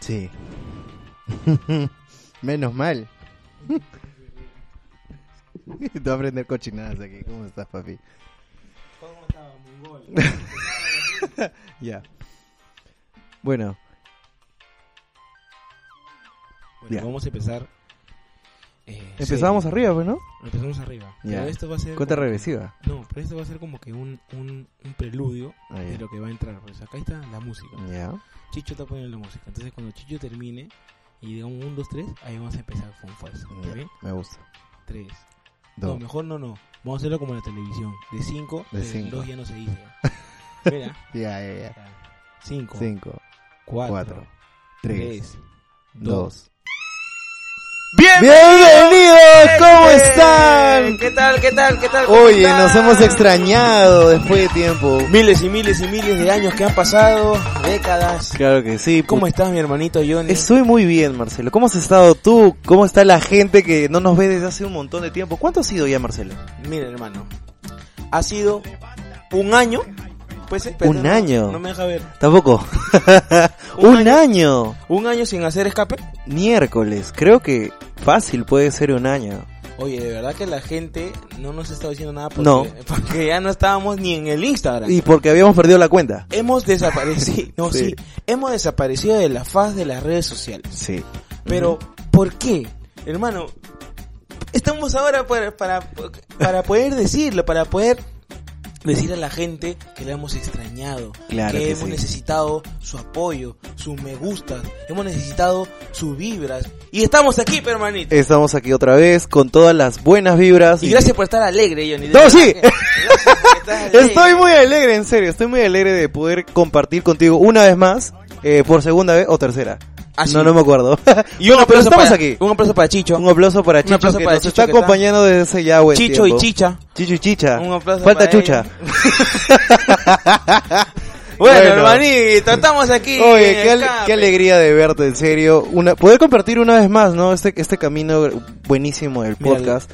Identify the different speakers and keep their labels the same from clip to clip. Speaker 1: Sí. Menos mal. Te voy a aprender cochinadas aquí. ¿Cómo estás, papi?
Speaker 2: ¿Cómo estaba, mongol?
Speaker 1: Ya. Bueno,
Speaker 2: Bueno,
Speaker 1: Ya.
Speaker 2: vamos a empezar. eh,
Speaker 1: empezábamos
Speaker 2: serio.
Speaker 1: arriba, pues, ¿no?
Speaker 2: Empezamos arriba.
Speaker 1: Ya.
Speaker 2: Pero esto va a ser.
Speaker 1: Cuenta
Speaker 2: como que-
Speaker 1: regresiva.
Speaker 2: No, pero esto va a ser como que un, un, un preludio
Speaker 1: Ah,
Speaker 2: de
Speaker 1: ya.
Speaker 2: lo que va a entrar. Pues acá está la música.
Speaker 1: Ya.
Speaker 2: Chicho está poniendo la música. Entonces, cuando Chicho termine y digamos un, dos, tres, ahí vamos a empezar con fuerza. ¿Está bien?
Speaker 1: Me gusta.
Speaker 2: Tres. No,
Speaker 1: Dos.
Speaker 2: mejor no, no. Vamos a hacerlo como en la televisión. De cinco,
Speaker 1: De
Speaker 2: de
Speaker 1: cinco.
Speaker 2: dos ya no se dice. Mira.
Speaker 1: Ya, ya, ya.
Speaker 2: Cinco,
Speaker 1: Cinco,
Speaker 2: cuatro,
Speaker 1: cuatro, tres,
Speaker 2: tres, dos.
Speaker 1: dos. ¡Bienvenidos! ¿Cómo están?
Speaker 2: ¡Eh! ¿Qué tal, qué tal, qué tal? ¿Cómo
Speaker 1: Oye,
Speaker 2: están?
Speaker 1: nos hemos extrañado después de tiempo.
Speaker 2: Miles y miles y miles de años que han pasado, décadas.
Speaker 1: Claro que sí.
Speaker 2: ¿Cómo
Speaker 1: put-
Speaker 2: estás, mi hermanito Johnny?
Speaker 1: Estoy muy bien, Marcelo. ¿Cómo has estado tú? ¿Cómo está la gente que no nos ve desde hace un montón de tiempo? ¿Cuánto ha sido ya, Marcelo?
Speaker 2: Mira, hermano. Ha sido un año. Pues, eh, pero
Speaker 1: Un
Speaker 2: no-
Speaker 1: año.
Speaker 2: No me deja ver.
Speaker 1: Tampoco.
Speaker 2: Un
Speaker 1: un año.
Speaker 2: Un año sin hacer escape.
Speaker 1: Miércoles. Creo que fácil puede ser un año.
Speaker 2: Oye, de verdad que la gente no nos está diciendo nada porque,
Speaker 1: No.
Speaker 2: porque ya no estábamos ni en el Instagram.
Speaker 1: Y porque habíamos perdido la cuenta.
Speaker 2: Hemos desaparecido, no,
Speaker 1: Sí.
Speaker 2: sí. hemos desaparecido de la faz de las redes sociales.
Speaker 1: Sí.
Speaker 2: Pero, ¿por qué? Hermano, estamos ahora para, para, para poder decirlo, para poder decir a la gente que la hemos extrañado,
Speaker 1: Claro que
Speaker 2: hemos
Speaker 1: sí.
Speaker 2: necesitado su apoyo, sus me gustas, hemos necesitado sus vibras. Y estamos aquí, pero, hermanito.
Speaker 1: Estamos aquí otra vez con todas las buenas vibras.
Speaker 2: Y gracias por estar alegre, Johnny. De
Speaker 1: No,
Speaker 2: verdad
Speaker 1: sí.
Speaker 2: que- gracias por estar alegre.
Speaker 1: Estoy muy alegre, en serio. Estoy muy alegre de poder compartir contigo una vez más, eh, por segunda vez o tercera.
Speaker 2: Ah, sí.
Speaker 1: No, no me acuerdo.
Speaker 2: Y un
Speaker 1: Pero
Speaker 2: aplauso
Speaker 1: estamos
Speaker 2: para-
Speaker 1: aquí.
Speaker 2: Un aplauso para Chicho.
Speaker 1: Un aplauso para Chicho
Speaker 2: aplauso
Speaker 1: que
Speaker 2: para
Speaker 1: nos
Speaker 2: Chicho
Speaker 1: está
Speaker 2: que está-
Speaker 1: acompañando desde hace ya buen
Speaker 2: Chicho y
Speaker 1: tiempo.
Speaker 2: Chicha.
Speaker 1: Chicho y Chicha.
Speaker 2: Un aplauso
Speaker 1: Falta
Speaker 2: para
Speaker 1: Chucha.
Speaker 2: Bueno,
Speaker 1: Bueno.
Speaker 2: hermanito, estamos aquí. en
Speaker 1: Oye, qué,
Speaker 2: el
Speaker 1: ale-
Speaker 2: Cape.
Speaker 1: qué alegría de verte, en serio. Una, poder compartir una vez más, ¿no? Este, este camino buenísimo del
Speaker 2: Mira,
Speaker 1: podcast.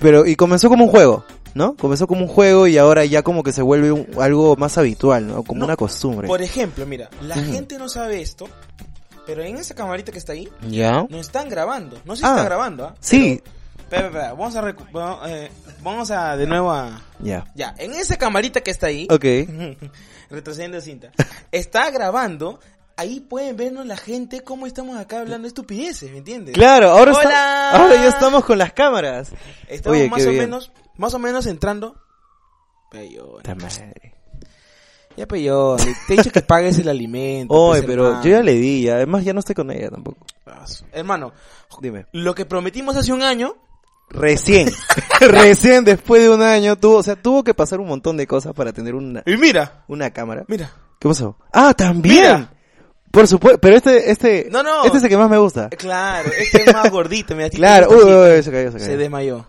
Speaker 1: Pero, y comenzó como un juego, ¿no? Comenzó como un juego y ahora ya como que se vuelve un- algo más habitual, ¿no? Como
Speaker 2: No,
Speaker 1: una costumbre.
Speaker 2: Por ejemplo, mira, la
Speaker 1: Ujú.
Speaker 2: gente no sabe esto, pero en esa camarita que está ahí,
Speaker 1: ¿Ya?
Speaker 2: nos están grabando. No sé si
Speaker 1: Ah.
Speaker 2: está grabando, ¿ah?
Speaker 1: Sí.
Speaker 2: Espera, espera, espera, vamos a, recu- va- eh, vamos a de nuevo a...
Speaker 1: Ya.
Speaker 2: Ya, en esa camarita que está ahí,
Speaker 1: Ok.
Speaker 2: retrocediendo cinta, está grabando, ahí pueden vernos la gente cómo estamos acá hablando estupideces, ¿me entiendes?
Speaker 1: Claro, ahora, está-
Speaker 2: Hola.
Speaker 1: ahora ya estamos con las cámaras.
Speaker 2: Estamos
Speaker 1: Oye,
Speaker 2: más
Speaker 1: qué
Speaker 2: o
Speaker 1: bien.
Speaker 2: menos, más o menos entrando. Peyón.
Speaker 1: Puta madre.
Speaker 2: Ya peyón. Te he dicho que pagues el alimento.
Speaker 1: Oye,
Speaker 2: pues,
Speaker 1: pero
Speaker 2: hermano.
Speaker 1: yo ya le di, y además ya no estoy con ella tampoco.
Speaker 2: Hermano,
Speaker 1: Dime.
Speaker 2: lo que prometimos hace un año,
Speaker 1: Recién. Recién, después de un año, tuvo, o sea, tuvo que pasar un montón de cosas para tener una,
Speaker 2: y mira,
Speaker 1: una cámara.
Speaker 2: mira.
Speaker 1: ¿Qué pasó? Ah, también.
Speaker 2: Mira.
Speaker 1: Por supuesto, pero este, este,
Speaker 2: No, no.
Speaker 1: este es el que más me gusta.
Speaker 2: Claro, este es más gordito, mira.
Speaker 1: Claro, uy,
Speaker 2: este
Speaker 1: uy,
Speaker 2: gordito.
Speaker 1: uy, se cayó, se
Speaker 2: se
Speaker 1: cayó.
Speaker 2: desmayó.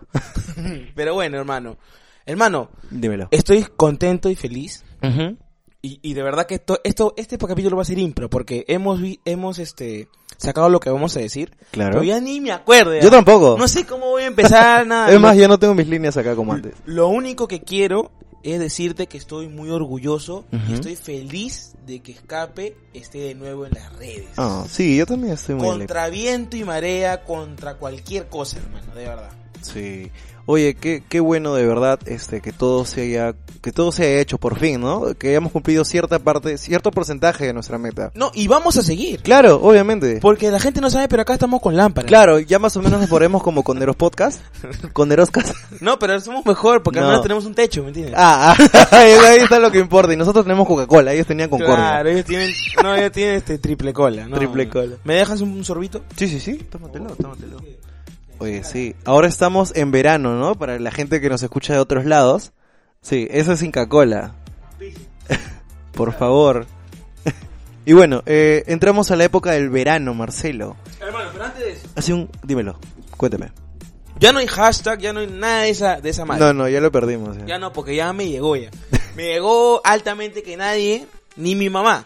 Speaker 2: pero bueno, hermano. Hermano,
Speaker 1: Dímelo.
Speaker 2: estoy contento y feliz.
Speaker 1: Ujú.
Speaker 2: Y, y de verdad que esto, esto, este capítulo va a ser impro, porque hemos, vi- hemos, este, sacado lo que vamos a decir.
Speaker 1: Claro.
Speaker 2: Pero ya ni me acuerdo. ya.
Speaker 1: Yo tampoco.
Speaker 2: No sé cómo voy a empezar, nada.
Speaker 1: es más, yo no tengo mis líneas acá como antes.
Speaker 2: Lo único que quiero es decirte que estoy muy orgulloso
Speaker 1: Ujú.
Speaker 2: y estoy feliz de que Escape esté de nuevo en las redes.
Speaker 1: Ah, sí, yo también estoy muy alegre.
Speaker 2: contra viento y marea, contra cualquier cosa, hermano, de verdad.
Speaker 1: Sí. Oye, qué, qué bueno de verdad este que todo se haya que todo se haya hecho por fin, ¿no? Que hayamos cumplido cierta parte, cierto porcentaje de nuestra meta.
Speaker 2: No, y vamos a seguir.
Speaker 1: Claro, obviamente.
Speaker 2: Porque la gente no sabe, pero acá estamos con lámparas.
Speaker 1: Claro, ya más o menos nos ponemos como Conderos Podcast. Conderoscas.
Speaker 2: No, pero somos mejor, porque
Speaker 1: No.
Speaker 2: al menos tenemos un techo, ¿me entiendes?
Speaker 1: Ah, ah, ahí está lo que importa. Y nosotros tenemos Coca-Cola, ellos tenían Concordia.
Speaker 2: Claro, ellos tienen, no, ellos tienen este triple cola. no.
Speaker 1: Triple cola.
Speaker 2: ¿Me dejas un, un sorbito?
Speaker 1: Sí, sí, sí, tómatelo, tómatelo. Oye, sí, ahora estamos en verano, ¿no? Para la gente que nos escucha de otros lados. Sí, eso es Inca Cola. Por favor. Y bueno, eh, entramos a la época del verano, Marcelo.
Speaker 2: Hermano, pero antes de eso.
Speaker 1: Hace un... Dímelo, cuéntame.
Speaker 2: Ya no hay hashtag, ya no hay nada de esa, de esa madre.
Speaker 1: No, no, ya lo perdimos. ya.
Speaker 2: Ya no, porque ya me llegó ya. Me llegó altamente que nadie, ni mi mamá,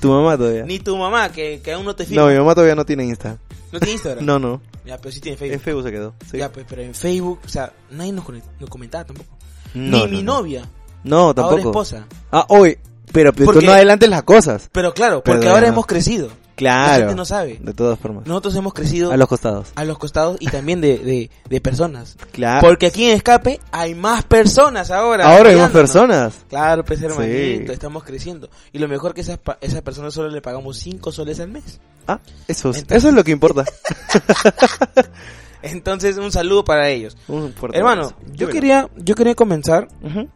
Speaker 1: ¿Tu mamá todavía?
Speaker 2: ni tu mamá, que, que aún no te firma.
Speaker 1: No, mi mamá todavía no tiene Insta.
Speaker 2: No tiene Instagram.
Speaker 1: No, no.
Speaker 2: Ya, pero sí tiene
Speaker 1: En
Speaker 2: Facebook.
Speaker 1: Facebook se quedó. sí.
Speaker 2: Ya, pues, pero en Facebook, o sea, nadie nos, conect- nos comentaba tampoco.
Speaker 1: No,
Speaker 2: ni mi
Speaker 1: no, no.
Speaker 2: novia,
Speaker 1: No, tampoco.
Speaker 2: ahora esposa.
Speaker 1: Ah, hoy. Pero tú
Speaker 2: Porque-
Speaker 1: no adelantes las cosas.
Speaker 2: Pero claro, porque
Speaker 1: Perdón.
Speaker 2: ahora hemos crecido.
Speaker 1: Claro.
Speaker 2: La gente no sabe.
Speaker 1: De todas formas.
Speaker 2: Nosotros hemos crecido
Speaker 1: A los costados.
Speaker 2: a los costados y también de, de, de personas.
Speaker 1: Claro.
Speaker 2: Porque aquí en Escape hay más personas ahora.
Speaker 1: Ah. Ahora hay más
Speaker 2: apoyándonos.
Speaker 1: personas.
Speaker 2: Claro, pues hermanito,
Speaker 1: Sí.
Speaker 2: estamos creciendo. Y lo mejor que esas, pa- esas personas solo le pagamos 5 soles al mes.
Speaker 1: Ah, eso es,
Speaker 2: Entonces-
Speaker 1: eso es lo que importa.
Speaker 2: Entonces, un saludo para ellos.
Speaker 1: Un fuerte
Speaker 2: Hermano,
Speaker 1: abrazo.
Speaker 2: yo
Speaker 1: Dímelo.
Speaker 2: quería, yo quería comenzar
Speaker 1: Ujú.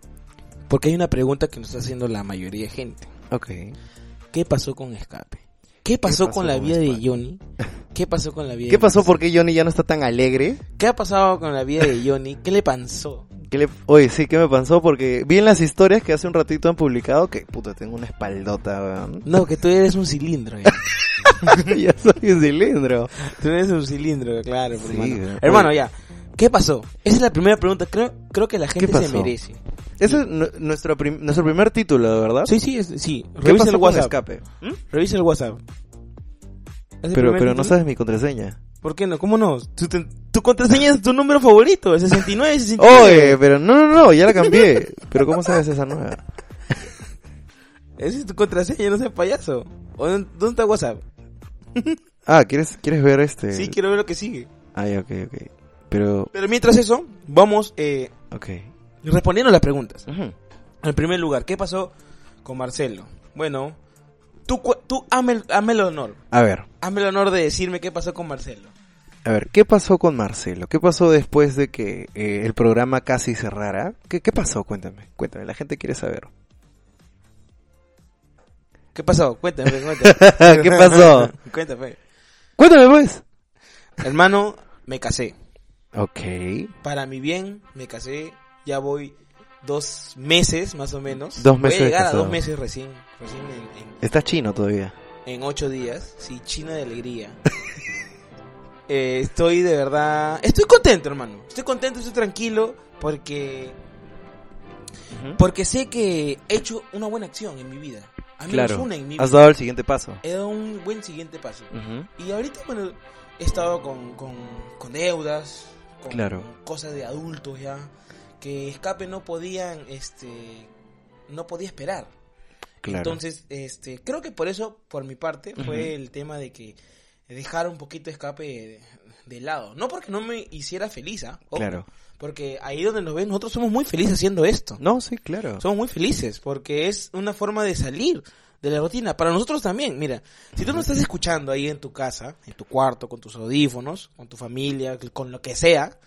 Speaker 2: porque hay una pregunta que nos está haciendo la mayoría de gente.
Speaker 1: Ok.
Speaker 2: ¿Qué pasó con Escape? ¿Qué pasó,
Speaker 1: pasó
Speaker 2: con la
Speaker 1: con
Speaker 2: vida de
Speaker 1: Escape?
Speaker 2: Johnny? ¿Qué pasó con la vida
Speaker 1: ¿Qué
Speaker 2: de
Speaker 1: pasó?
Speaker 2: Max?
Speaker 1: ¿Por qué Johnny ya no está tan alegre?
Speaker 2: ¿Qué ha pasado con la vida de Johnny? ¿Qué le pasó?
Speaker 1: ¿Qué le- Oye, sí, ¿qué me pasó? Porque vi en las historias que hace un ratito han publicado que, puta, tengo una espaldota, weón.
Speaker 2: No, que tú eres un cilindro. ya.
Speaker 1: ya soy un cilindro.
Speaker 2: Tú eres un cilindro, claro, pues,
Speaker 1: Sí,
Speaker 2: hermano.
Speaker 1: güey.
Speaker 2: Hermano, ya. ¿Qué pasó? Esa es la primera pregunta. Creo, creo que la gente se
Speaker 1: pasó?
Speaker 2: merece.
Speaker 1: Ese es nu- nuestro, prim- nuestro primer título, ¿verdad?
Speaker 2: Sí, sí, es- sí.
Speaker 1: ¿Ah? ¿Qué
Speaker 2: Revisa
Speaker 1: pasó
Speaker 2: el
Speaker 1: con
Speaker 2: WhatsApp.
Speaker 1: escape? ¿Mm?
Speaker 2: Revisa el WhatsApp. ¿Es
Speaker 1: Pero,
Speaker 2: el primer
Speaker 1: pero no
Speaker 2: título?
Speaker 1: sabes mi contraseña.
Speaker 2: ¿Por qué no? ¿Cómo no? Tu, tu- tu contraseña es tu número favorito. 69, 69.
Speaker 1: Oye, pero no, no, no, ya la cambié. Pero ¿cómo sabes esa nueva?
Speaker 2: Esa es tu contraseña, no seas payaso. ¿O dónde- ¿Dónde está WhatsApp?
Speaker 1: Ah, ¿quieres, quieres ver este?
Speaker 2: Sí, quiero ver lo que sigue.
Speaker 1: Ay, ok, ok. Pero,
Speaker 2: Pero mientras eso, vamos eh,
Speaker 1: ok.
Speaker 2: respondiendo las preguntas.
Speaker 1: Ujú.
Speaker 2: En primer lugar, ¿qué pasó con Marcelo? Bueno, tú, cu- tú hazme el- hazme el honor.
Speaker 1: A ver,
Speaker 2: Hazme el honor de decirme qué pasó con Marcelo.
Speaker 1: a ver, ¿qué pasó con Marcelo? ¿Qué pasó después de que eh, el programa casi cerrara? ¿Qué, ¿Qué pasó? Cuéntame, cuéntame, la gente quiere saber.
Speaker 2: ¿Qué pasó? Cuéntame, cuéntame.
Speaker 1: ¿Qué pasó?
Speaker 2: cuéntame.
Speaker 1: Cuéntame, pues.
Speaker 2: Hermano, me casé.
Speaker 1: Ok.
Speaker 2: Para mi bien, me casé. Ya voy dos meses, más o menos.
Speaker 1: Dos meses
Speaker 2: Voy
Speaker 1: de
Speaker 2: a llegar a
Speaker 1: casado.
Speaker 2: dos meses recién. Recién en, en-
Speaker 1: Estás chino todavía.
Speaker 2: en ocho días. Sí, China de alegría. Eh, estoy de verdad... Estoy contento, hermano. Estoy contento, estoy tranquilo. Porque... Porque sé que he hecho una buena acción en mi vida. A mí
Speaker 1: Claro.
Speaker 2: una en mi vida.
Speaker 1: Has dado el siguiente paso.
Speaker 2: He dado un buen siguiente paso. Y ahorita, bueno, he estado con, con, con deudas, con
Speaker 1: Claro.
Speaker 2: cosas de adultos ya, que escape no podían, este, no podía esperar.
Speaker 1: Claro.
Speaker 2: Entonces, este, creo que por eso, por mi parte, fue
Speaker 1: Ujú.
Speaker 2: el tema de que dejar un poquito escape de, de lado. No porque no me hiciera feliz, ¿ah? Ojo,
Speaker 1: claro.
Speaker 2: Porque ahí donde nos ven, nosotros somos muy felices haciendo esto.
Speaker 1: No, sí, claro.
Speaker 2: Somos muy felices porque es una forma de salir de la rutina. Para nosotros también, mira, si tú no estás escuchando ahí en tu casa, en tu cuarto, con tus audífonos, con tu familia, con lo que sea,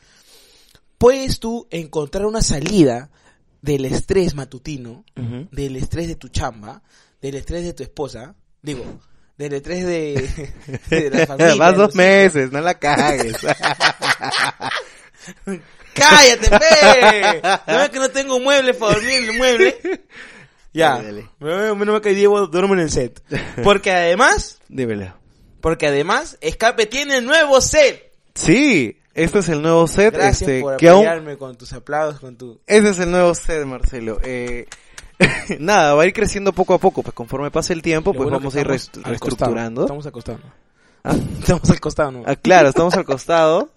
Speaker 2: puedes tú encontrar una salida del estrés matutino,
Speaker 1: Ujú.
Speaker 2: del estrés de tu chamba, del estrés de tu esposa, digo, del estrés de, de la familia.
Speaker 1: Vas
Speaker 2: de
Speaker 1: dos
Speaker 2: los-
Speaker 1: meses, no la cagues.
Speaker 2: ¡Cállate, pe! No es que no tengo mueble para dormir en el mueble. Ya.
Speaker 1: Dale,
Speaker 2: No me caí Diego, duermo en el set. Porque además,
Speaker 1: Dímelo.
Speaker 2: porque además, Escape tiene el nuevo set.
Speaker 1: Sí, este es el nuevo set.
Speaker 2: Gracias
Speaker 1: este,
Speaker 2: por
Speaker 1: que aún,
Speaker 2: apoyarme con tus aplausos, con tu...
Speaker 1: Ese es el nuevo set, Marcelo. Eh, nada, va a ir creciendo poco a poco. Pues conforme pase el tiempo,
Speaker 2: Lo
Speaker 1: pues
Speaker 2: bueno
Speaker 1: vamos
Speaker 2: que
Speaker 1: a ir
Speaker 2: estamos
Speaker 1: rest-
Speaker 2: al
Speaker 1: reestructurando.
Speaker 2: costado. Estamos al costado.
Speaker 1: Ah,
Speaker 2: Estamos al costado, ¿no?
Speaker 1: ah, claro, estamos al costado.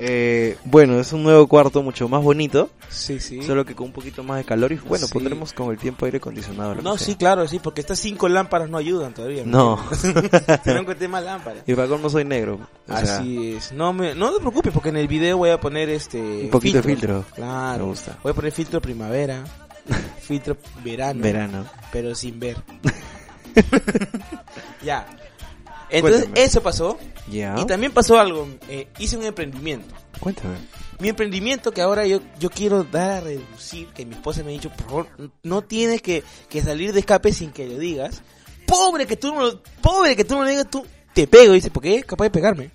Speaker 1: Eh, bueno, es un nuevo cuarto mucho más bonito,
Speaker 2: Sí, sí.
Speaker 1: solo que con un poquito más de calor. Y bueno,
Speaker 2: Sí.
Speaker 1: pondremos con el tiempo aire acondicionado. lo
Speaker 2: No,
Speaker 1: que
Speaker 2: sí,
Speaker 1: sea.
Speaker 2: claro, sí, porque estas cinco lámparas no ayudan todavía.
Speaker 1: No.
Speaker 2: Se no encontré más lámparas.
Speaker 1: Y para colmo no soy negro. o sea,
Speaker 2: Así es. No, me, no te preocupes, porque en el video voy a poner este...
Speaker 1: Un poquito de filtro.
Speaker 2: Claro.
Speaker 1: Me gusta.
Speaker 2: Voy a poner filtro primavera, filtro verano.
Speaker 1: Verano.
Speaker 2: pero sin ver. ya. Entonces
Speaker 1: Cuéntame. Ah.
Speaker 2: eso pasó.
Speaker 1: Ya.
Speaker 2: Y también pasó algo. eh, hice un emprendimiento.
Speaker 1: Cuéntame.
Speaker 2: Mi emprendimiento que ahora yo, yo quiero dar a reducir, que mi esposa me ha dicho, por favor, no tienes que, que salir de escape sin que lo digas. Pobre que tú no lo, pobre que tú no lo digas, tú te pego. Dice, porque es capaz de pegarme.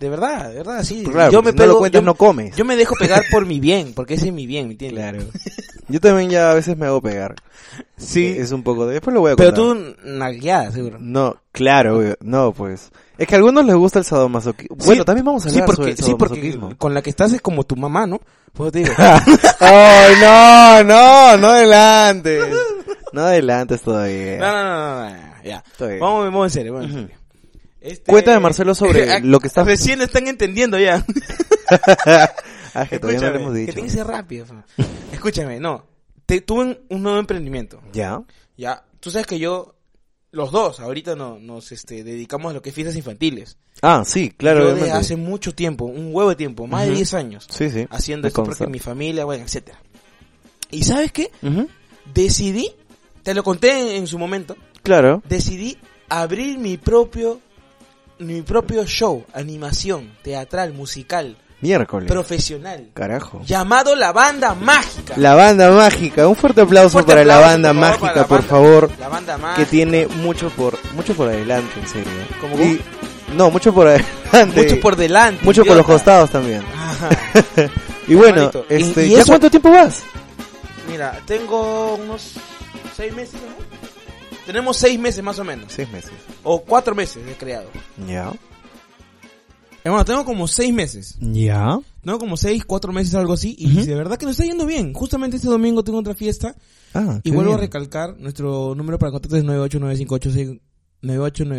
Speaker 2: De verdad, de verdad, sí.
Speaker 1: Pues Claro,
Speaker 2: yo
Speaker 1: porque
Speaker 2: me
Speaker 1: si no lo cuentas,
Speaker 2: yo-
Speaker 1: no comes.
Speaker 2: Yo me dejo pegar por mi bien, porque ese es mi bien, ¿me entiendes?
Speaker 1: Yo también ya a veces me hago pegar. E,
Speaker 2: Sí.
Speaker 1: Es un poco de... Después lo voy a
Speaker 2: Eh, Pero
Speaker 1: contar.
Speaker 2: tú, nagueada, seguro.
Speaker 1: No, claro, obvio. no, pues. Es que a algunos les gusta el sadomasoquismo.
Speaker 2: Sí,
Speaker 1: bueno, también vamos a
Speaker 2: sí,
Speaker 1: hablar
Speaker 2: porque,
Speaker 1: sobre el
Speaker 2: sí, porque
Speaker 1: sadomasoquismo.
Speaker 2: con la que estás es como tu mamá, ¿no? Pues te digo,
Speaker 1: ¡Ay, no, no, no adelantes! No adelantes todavía.
Speaker 2: no, no, no, no, no, no, ya.
Speaker 1: Está bien.
Speaker 2: Vamos, vamos en serio, vamos en
Speaker 1: Ujú.
Speaker 2: serio. Este-
Speaker 1: Cuéntame, Marcelo, sobre lo que estás-
Speaker 2: Recién están entendiendo ya.
Speaker 1: Ah, que todavía no lo hemos
Speaker 2: que
Speaker 1: dicho.
Speaker 2: tiene que ser rápido. fa. Escúchame, no. Te, tuve un, un nuevo emprendimiento.
Speaker 1: Ya.
Speaker 2: Ya, tú sabes que yo los dos, ahorita no, nos este, dedicamos a lo que es fiestas infantiles.
Speaker 3: Ah, sí, claro.
Speaker 2: Yo de
Speaker 3: obviamente.
Speaker 2: hace mucho tiempo, un huevo de tiempo, más de
Speaker 3: Ujú.
Speaker 2: 10 años,
Speaker 3: Sí, sí.
Speaker 2: haciendo
Speaker 3: me
Speaker 2: esto
Speaker 3: consta.
Speaker 2: porque mi familia, bueno, etcétera. ¿Y sabes qué?
Speaker 3: Ujú,
Speaker 2: Decidí, te lo conté en, en su momento,
Speaker 3: Claro.
Speaker 2: decidí abrir mi propio mi propio show, animación, teatral, musical,
Speaker 3: Miércoles.
Speaker 2: profesional,
Speaker 3: Carajo.
Speaker 2: llamado La Banda Mágica.
Speaker 3: La banda mágica. Un fuerte aplauso
Speaker 2: Fuerte
Speaker 3: para la
Speaker 2: aplauso,
Speaker 3: banda
Speaker 2: por favor,
Speaker 3: mágica, por
Speaker 2: para la
Speaker 3: favor.
Speaker 2: banda- La Banda
Speaker 3: Que
Speaker 2: Mágica.
Speaker 3: tiene mucho por mucho por adelante, en serio.
Speaker 2: ¿Cómo,
Speaker 3: Y- no, mucho por adelante.
Speaker 2: Mucho por delante.
Speaker 3: Mucho por los
Speaker 2: idiota.
Speaker 3: costados también.
Speaker 2: Ajá.
Speaker 3: y bueno,
Speaker 2: Hermanito, y-
Speaker 3: este,
Speaker 2: y
Speaker 3: ¿ya
Speaker 2: eso-
Speaker 3: cuánto tiempo vas?
Speaker 2: Mira, tengo unos seis meses, ¿no? Tenemos seis meses más o menos.
Speaker 3: Seis meses.
Speaker 2: O cuatro meses de creado.
Speaker 3: Ya.
Speaker 2: Hermano, tengo como seis meses.
Speaker 3: Ya.
Speaker 2: Tengo como seis, cuatro meses, algo así. Y
Speaker 3: Ujú.
Speaker 2: de verdad que nos está yendo bien. Justamente este domingo tengo otra fiesta.
Speaker 3: Ah,
Speaker 2: Y
Speaker 3: qué
Speaker 2: vuelvo a
Speaker 3: bien.
Speaker 2: recalcar, nuestro número para contacto es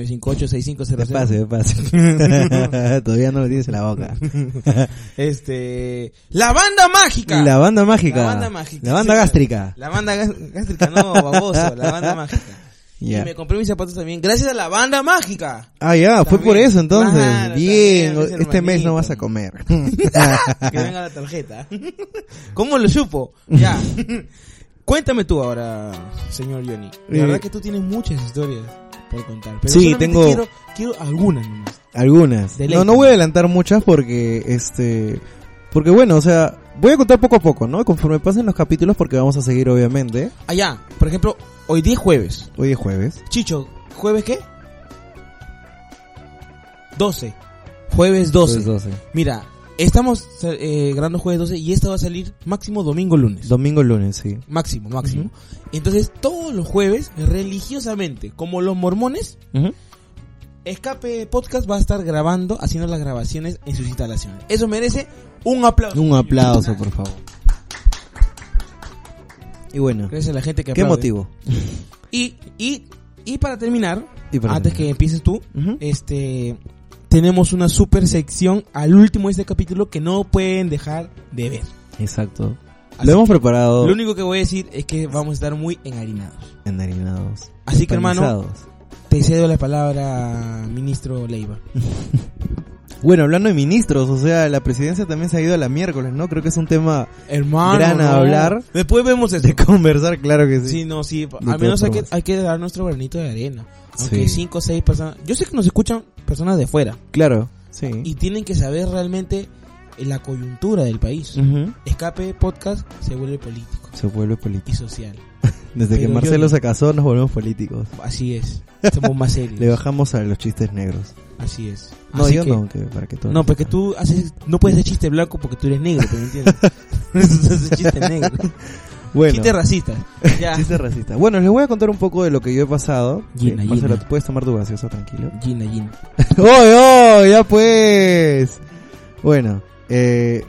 Speaker 2: 989586500.
Speaker 3: Despacio, despacio. Todavía no lo tienes en la boca.
Speaker 2: Este... ¡La banda mágica!
Speaker 1: La banda mágica.
Speaker 2: La banda mágica,
Speaker 1: La banda
Speaker 2: sí,
Speaker 1: gástrica.
Speaker 2: La banda gás- gástrica, no, baboso. la banda mágica.
Speaker 1: Ya.
Speaker 2: Y me compré mis zapatos también gracias a la banda mágica.
Speaker 1: Ah, ya, fue
Speaker 2: También.
Speaker 1: por eso entonces.
Speaker 2: Claro,
Speaker 1: Bien,
Speaker 2: también, ese
Speaker 1: este mes no
Speaker 2: hermanito.
Speaker 1: vas a comer.
Speaker 2: Que venga la tarjeta. ¿Cómo lo supo? Ya. Cuéntame tú ahora, señor Johnny. La
Speaker 1: Eh.
Speaker 2: verdad que tú tienes muchas historias por contar. Pero
Speaker 1: Sí,
Speaker 2: solamente
Speaker 1: tengo-
Speaker 2: Quiero, quiero algunas nomás.
Speaker 1: Algunas. No,
Speaker 2: Deleítame.
Speaker 1: no voy a adelantar muchas porque, este, porque bueno, o sea, voy a contar poco a poco, ¿no? Conforme pasen los capítulos porque vamos a seguir obviamente.
Speaker 2: Allá, por ejemplo, hoy día es jueves.
Speaker 1: Hoy es jueves.
Speaker 2: Chicho, ¿jueves qué? 12. Jueves 12.
Speaker 1: Jueves 12.
Speaker 2: Mira, estamos eh, grabando jueves 12 y esta va a salir máximo domingo lunes.
Speaker 1: Domingo, lunes, sí.
Speaker 2: Máximo, máximo. Entonces, todos los jueves, religiosamente, como los mormones, Escape Podcast va a estar grabando, haciendo las grabaciones en sus instalaciones. Eso merece un aplauso.
Speaker 1: Un aplauso, por favor. Y bueno,
Speaker 2: Gracias a la gente que
Speaker 1: ¿qué
Speaker 2: aplaude.
Speaker 1: motivo?
Speaker 2: Y, y, y para terminar,
Speaker 1: Y para
Speaker 2: antes
Speaker 1: terminar.
Speaker 2: que empieces tú,
Speaker 1: Ujú.
Speaker 2: este tenemos una super sección al último de este capítulo que no pueden dejar de ver.
Speaker 1: Exacto.
Speaker 2: Así
Speaker 1: Lo hemos
Speaker 2: que
Speaker 1: preparado
Speaker 2: Lo único que voy a decir es que vamos a estar muy enharinados.
Speaker 1: enharinados.
Speaker 2: Así que, hermano,
Speaker 1: empanizados.
Speaker 2: Te cedo la palabra, ministro Leiva.
Speaker 1: Bueno, hablando de ministros, o sea, la presidencia también se ha ido a la miércoles, ¿no? Creo que es un tema
Speaker 2: Hermano.
Speaker 1: Gran a hablar.
Speaker 2: Después vemos eso.
Speaker 1: de conversar, claro que sí.
Speaker 2: Sí, no, sí. Al
Speaker 1: todas
Speaker 2: menos hay que,
Speaker 1: formas.
Speaker 2: hay que dar nuestro granito de arena. Aunque
Speaker 1: Sí.
Speaker 2: cinco o seis personas. Yo sé que nos escuchan personas de fuera.
Speaker 1: Claro, sí.
Speaker 2: Y tienen que saber realmente la coyuntura del país.
Speaker 1: Ujú.
Speaker 2: Escape podcast se vuelve político
Speaker 1: Se vuelve político.
Speaker 2: y social.
Speaker 1: Desde que
Speaker 2: Pero
Speaker 1: Marcelo
Speaker 2: yo-
Speaker 1: se casó, nos volvemos políticos.
Speaker 2: Así es. Somos más
Speaker 1: Le
Speaker 2: serios.
Speaker 1: bajamos a los chistes negros.
Speaker 2: Así es.
Speaker 1: No,
Speaker 2: Mm. Así
Speaker 1: yo
Speaker 2: que-
Speaker 1: no, que para que todo.
Speaker 2: No, pues porque tú haces, no puedes hacer chiste blanco porque tú eres negro, ¿te entiendes? Entonces chiste negro.
Speaker 1: Bueno,
Speaker 2: Chiste racista. Ya.
Speaker 1: chiste racista. Bueno, les voy a contar un poco de lo que yo he pasado.
Speaker 2: Gina,
Speaker 1: Eh, Marcelo,
Speaker 2: Gina.
Speaker 1: puedes tomar tu gaseosa tranquilo.
Speaker 2: Gina, Gina.
Speaker 1: ¡Oh, oh! ¡Ya pues! Bueno, eh,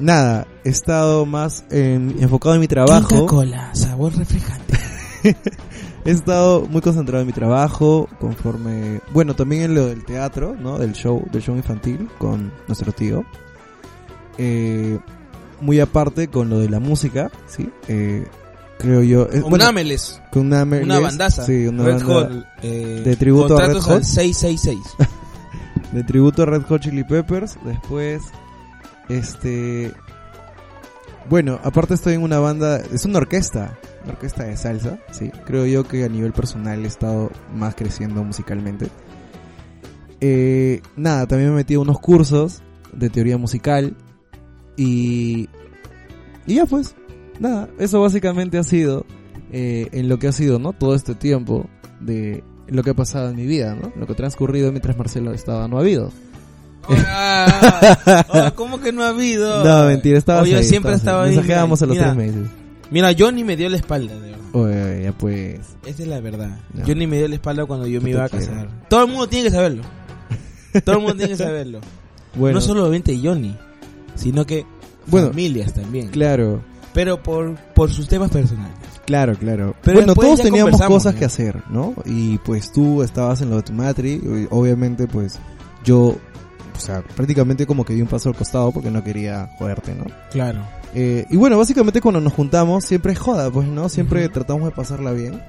Speaker 1: nada, he estado más en- enfocado en mi trabajo.
Speaker 2: Coca-Cola, sabor refrescante.
Speaker 1: He estado muy concentrado en mi trabajo, conforme, bueno, también en lo del teatro, ¿no? Del show, del show infantil con nuestro tío. Eh, muy aparte con lo de la música, ¿sí? Eh, creo yo... eh, bueno,
Speaker 2: Unámeles,
Speaker 1: con una, Merlis,
Speaker 2: una bandaza.
Speaker 1: Sí, una
Speaker 2: Red
Speaker 1: banda
Speaker 2: Hot, eh,
Speaker 1: de tributo a Red
Speaker 2: contratos
Speaker 1: Hot.
Speaker 2: al 666.
Speaker 1: de tributo a Red Hot Chili Peppers. Después, este... Bueno, aparte estoy en una banda, es una orquesta, una orquesta de salsa, sí. Creo yo que a nivel personal he estado más creciendo musicalmente. Eh, nada, también me metí a unos cursos de teoría musical y... Y ya pues, nada, eso básicamente ha sido eh, en lo que ha sido, ¿no? Todo este tiempo de lo que ha pasado en mi vida, ¿no? Lo que ha transcurrido mientras Marcelo estaba no ha habido.
Speaker 2: Hola. Hola, Ah, ¿Cómo que no ha habido?
Speaker 1: No, mentira, estaba
Speaker 2: Oye, yo siempre estaba ahí.
Speaker 1: Nos quedábamos a los
Speaker 2: mira,
Speaker 1: tres meses.
Speaker 2: Mira, Johnny me dio la espalda, de verdad.
Speaker 1: Oye, oye, ya pues.
Speaker 2: Esa es la verdad.
Speaker 1: Ya.
Speaker 2: Johnny me dio la espalda cuando yo me
Speaker 1: Yo te
Speaker 2: iba a
Speaker 1: quiero.
Speaker 2: casar. Todo el mundo tiene que saberlo. Todo el mundo tiene que saberlo.
Speaker 1: Bueno,
Speaker 2: No solamente Johnny, sino que
Speaker 1: Bueno.
Speaker 2: familias también.
Speaker 1: claro,
Speaker 2: Pero por, por sus temas personales.
Speaker 1: claro, claro.
Speaker 2: Pero
Speaker 1: bueno,
Speaker 2: después
Speaker 1: todos
Speaker 2: ya
Speaker 1: teníamos
Speaker 2: conversamos,
Speaker 1: cosas
Speaker 2: ya.
Speaker 1: que hacer, ¿no? Y pues tú estabas en lo de tu matri, y obviamente pues yo, o sea, prácticamente como que di un paso al costado porque no quería joderte, ¿no?
Speaker 2: Claro.
Speaker 1: Eh, y bueno, básicamente cuando nos juntamos siempre es joda, pues, ¿no? Siempre
Speaker 2: Ujú.
Speaker 1: tratamos de pasarla bien.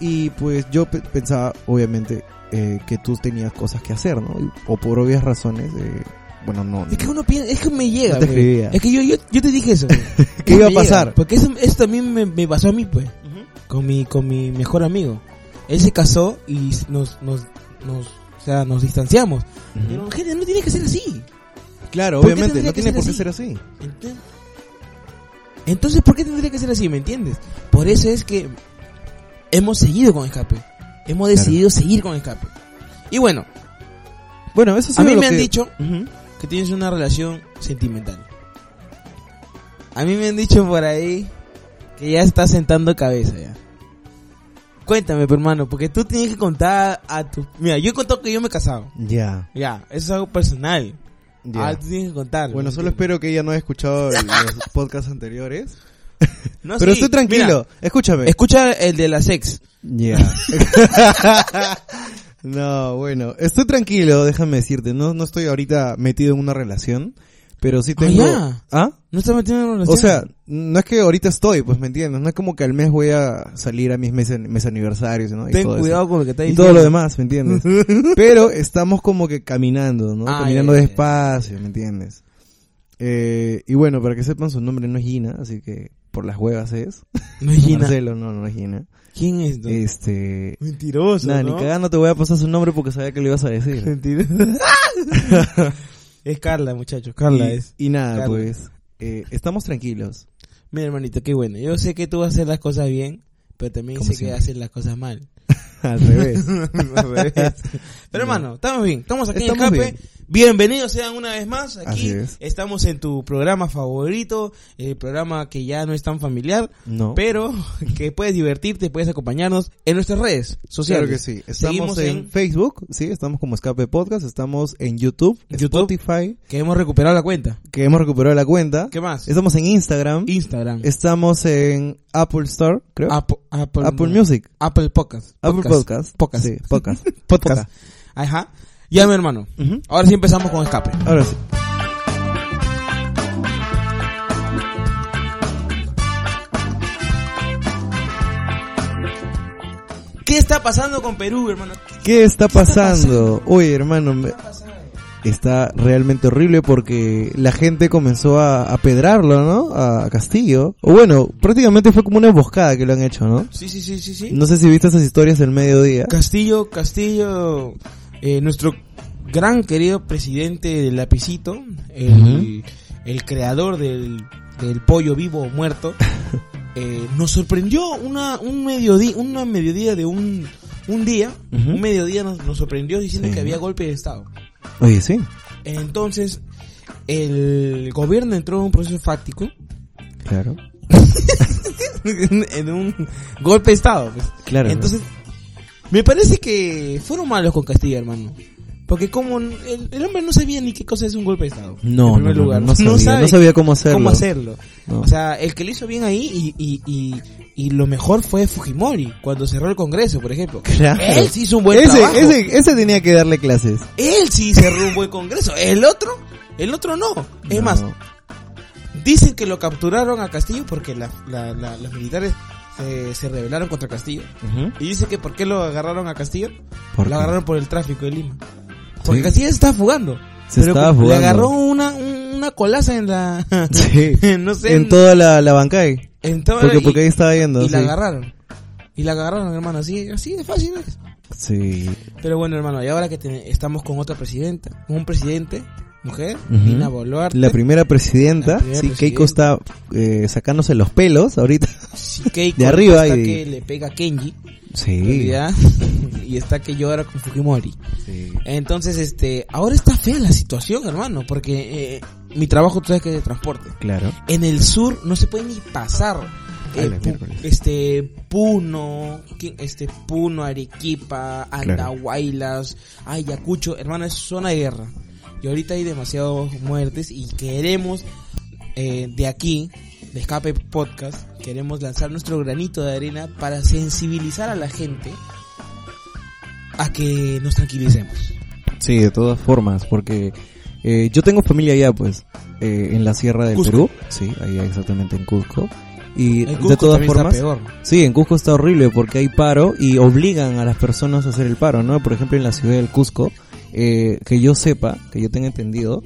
Speaker 1: Y pues yo pe- pensaba, obviamente, eh, que tú tenías cosas que hacer, ¿no? Y- O por obvias razones, eh, bueno, no.
Speaker 2: Es que uno piensa, es que me llega.
Speaker 1: No te
Speaker 2: pe.
Speaker 1: escribía.
Speaker 2: Es que yo, yo, yo te dije eso. pe.
Speaker 1: ¿Qué
Speaker 2: Me
Speaker 1: iba a
Speaker 2: llega,
Speaker 1: pasar?
Speaker 2: Porque eso, eso también me, me pasó a mí, pues. Con mi, con mi mejor amigo. Él se casó y nos, nos, nos, o sea, nos distanciamos.
Speaker 1: Ujú.
Speaker 2: Pero, gente, no tiene que ser así.
Speaker 1: Claro,
Speaker 2: ¿Por qué
Speaker 1: obviamente,
Speaker 2: tendría
Speaker 1: no
Speaker 2: que
Speaker 1: tiene
Speaker 2: ser
Speaker 1: por qué
Speaker 2: así?
Speaker 1: ser así.
Speaker 2: Enten- Entonces, ¿por qué tendría que ser así? ¿Me entiendes? Por eso es que hemos seguido con escape. Hemos decidido seguir con escape. Y bueno,
Speaker 1: Bueno, eso sí
Speaker 2: a mí
Speaker 1: es lo
Speaker 2: me han
Speaker 1: que-
Speaker 2: dicho
Speaker 1: Ujú.
Speaker 2: que tienes una relación sentimental. A mí me han dicho por ahí que ya estás sentando cabeza ya. Cuéntame, pe, hermano, porque tú tienes que contar a tu... Mira, yo he contado que yo me he casado.
Speaker 1: Ya,
Speaker 2: Ya, eso es algo personal.
Speaker 1: ya.
Speaker 2: Ah, tú tienes que contar.
Speaker 1: bueno,
Speaker 2: ¿me
Speaker 1: solo
Speaker 2: entiendes?
Speaker 1: espero que ella no haya escuchado el- los podcasts anteriores.
Speaker 2: No,
Speaker 1: Pero
Speaker 2: Ah, sí,
Speaker 1: estoy tranquilo,
Speaker 2: mira,
Speaker 1: escúchame.
Speaker 2: escucha el de la sex.
Speaker 1: Ya. no, bueno, estoy tranquilo, déjame decirte. No, no estoy ahorita metido en una relación, pero sí tengo.
Speaker 2: ya.
Speaker 1: ¿Ah?
Speaker 2: No estás metiendo en una relación.
Speaker 1: O sea, no es que ahorita estoy, pues me entiendes. No es como que al mes voy a salir a mis meses, mes aniversarios, ¿no? Y
Speaker 2: ten
Speaker 1: todo eso.
Speaker 2: cuidado con lo que estás
Speaker 1: Y
Speaker 2: diciendo.
Speaker 1: todo lo demás, ¿me entiendes? Pero estamos como que caminando, ¿no?
Speaker 2: Ah,
Speaker 1: caminando
Speaker 2: ya, ya, ya.
Speaker 1: despacio, ¿me entiendes? Eh, y bueno, para que sepan, su nombre no es Gina, así que por las huevas es.
Speaker 2: No es Gina.
Speaker 1: Marcelo, no, no es Gina.
Speaker 2: ¿Quién es? no?
Speaker 1: Este.
Speaker 2: Mentiroso,
Speaker 1: Nada,
Speaker 2: ¿no?
Speaker 1: ni cagando te voy a pasar su nombre porque sabía que lo ibas a decir.
Speaker 2: Mentiroso. es Carla, muchachos. Carla
Speaker 1: y,
Speaker 2: es.
Speaker 1: y nada,
Speaker 2: Carla.
Speaker 1: pues. eh, estamos tranquilos.
Speaker 2: Mira, hermanito, qué bueno. Yo sé que tú vas a hacer las cosas bien, pero también
Speaker 1: Como
Speaker 2: sé que
Speaker 1: siempre.
Speaker 2: haces las cosas mal.
Speaker 1: Al revés.
Speaker 2: Al revés. pero hermano, estamos bien. Estamos aquí
Speaker 1: Estamos
Speaker 2: en Escape. Bienvenidos sean una vez más.
Speaker 1: Así
Speaker 2: Aquí
Speaker 1: es.
Speaker 2: estamos en tu programa favorito, el programa que ya no es tan familiar,
Speaker 1: No.
Speaker 2: pero que puedes divertirte, puedes acompañarnos en nuestras redes sociales.
Speaker 1: Claro que sí. Estamos
Speaker 2: Seguimos
Speaker 1: en,
Speaker 2: en-
Speaker 1: Facebook, sí, estamos como Escape Podcast, estamos en YouTube,
Speaker 2: YouTube.
Speaker 1: Spotify,
Speaker 2: Que hemos recuperado la cuenta.
Speaker 1: que hemos recuperado la cuenta.
Speaker 2: ¿Qué más?
Speaker 1: Estamos en Instagram.
Speaker 2: Instagram.
Speaker 1: Estamos en Apple Store, creo. Apple,
Speaker 2: Apple, Apple,
Speaker 1: Music.
Speaker 2: Apple Podcast.
Speaker 1: Apple Podcast.
Speaker 2: Podcast.
Speaker 1: Sí, podcast. podcast.
Speaker 2: Ajá. Ya, mi hermano.
Speaker 1: Ujú.
Speaker 2: Ahora sí empezamos con escape.
Speaker 1: Ahora sí.
Speaker 2: ¿Qué está pasando con Perú, hermano?
Speaker 1: ¿Qué está pasando? Oye, hermano, me- está realmente horrible porque la gente comenzó a, a pedrarlo, ¿no? A Castillo. O bueno, prácticamente fue como una emboscada que lo han hecho, ¿no?
Speaker 2: Sí, sí, sí, sí, sí.
Speaker 1: No sé si viste esas historias del mediodía.
Speaker 2: Castillo, Castillo, eh, nuestro gran querido presidente del lapicito, el, el creador del, del pollo vivo o muerto, eh, nos sorprendió una, un mediodía, una mediodía de un, un día,
Speaker 1: Ujú.
Speaker 2: un mediodía nos, nos sorprendió diciendo
Speaker 1: Sí.
Speaker 2: que había golpe de Estado.
Speaker 1: Oye, sí.
Speaker 2: Entonces, el gobierno entró en un proceso fáctico,
Speaker 1: Claro.
Speaker 2: en un golpe de Estado. pues.
Speaker 1: Claro.
Speaker 2: Entonces, me parece que fueron malos con Castillo, hermano. Porque como n- el, el hombre no sabía ni qué cosa es un golpe de Estado. en
Speaker 1: no, no,
Speaker 2: primer
Speaker 1: no,
Speaker 2: lugar.
Speaker 1: no, sabía, no
Speaker 2: sabe
Speaker 1: sabía cómo hacerlo.
Speaker 2: cómo hacerlo.
Speaker 1: No.
Speaker 2: O sea, el que lo hizo bien ahí y, y, y, y lo mejor fue Fujimori, cuando cerró el Congreso, por ejemplo.
Speaker 1: Claro.
Speaker 2: Él sí hizo un buen
Speaker 1: ese,
Speaker 2: trabajo.
Speaker 1: ese, ese tenía que darle clases.
Speaker 2: Él sí cerró un buen Congreso. El otro, el otro no. Es
Speaker 1: No.
Speaker 2: más, dicen que lo capturaron a Castillo porque la- la- la- los militares eh, se rebelaron contra Castillo.
Speaker 1: Ujú.
Speaker 2: Y dice que ¿por qué lo agarraron a Castillo?
Speaker 1: ¿Por
Speaker 2: lo
Speaker 1: qué?
Speaker 2: agarraron por el tráfico de Lima. Porque
Speaker 1: Sí.
Speaker 2: Castillo se estaba fugando.
Speaker 1: Se estaba
Speaker 2: como
Speaker 1: fugando.
Speaker 2: Le agarró una, un- una colaza en la...
Speaker 1: Sí.
Speaker 2: no sé.
Speaker 1: En toda la, la bancay.
Speaker 2: en todo-
Speaker 1: Porque,
Speaker 2: y,
Speaker 1: porque ahí estaba yendo.
Speaker 2: y
Speaker 1: sí.
Speaker 2: la agarraron. Y la agarraron, hermano. Así, así de fácil es.
Speaker 1: Sí.
Speaker 2: Pero bueno, hermano, y ahora que te- estamos con otra presidenta. Un presidente, mujer,
Speaker 1: Ujú.
Speaker 2: Dina Boluarte.
Speaker 1: La primera presidenta,
Speaker 2: La primera
Speaker 1: sí, Keiko
Speaker 2: presidenta.
Speaker 1: está eh, sacándose los pelos ahorita.
Speaker 2: Sí, Keiko,
Speaker 1: de arriba
Speaker 2: Hasta
Speaker 1: y-
Speaker 2: que le pega a Kenji.
Speaker 1: Sí.
Speaker 2: ya, y está que llora con Fujimori.
Speaker 1: sí.
Speaker 2: Entonces, este, ahora está fea la situación, hermano, porque eh, mi trabajo, tú sabes que es de transporte.
Speaker 1: Claro.
Speaker 2: En el sur no se puede ni pasar. Eh,
Speaker 1: la
Speaker 2: Pu-
Speaker 1: miércoles.
Speaker 2: este Puno, que- este Puno, Arequipa,
Speaker 1: Claro.
Speaker 2: Andahuaylas, Ayacucho, hermano, es zona de guerra. Y ahorita hay demasiadas muertes y queremos eh, de aquí, de Escape Podcast, queremos lanzar nuestro granito de arena para sensibilizar a la gente a que nos tranquilicemos.
Speaker 1: Sí, de todas formas, porque eh, yo tengo familia allá, pues. eh, en la sierra del
Speaker 2: Cusco.
Speaker 1: Perú, sí, ahí exactamente en Cusco. Y
Speaker 2: En Cusco
Speaker 1: de todas
Speaker 2: también está
Speaker 1: formas,
Speaker 2: peor.
Speaker 1: sí, en Cusco está horrible porque hay paro y obligan a las personas a hacer el paro, ¿no? Por ejemplo, en la ciudad del Cusco, eh, que yo sepa, que yo tenga entendido,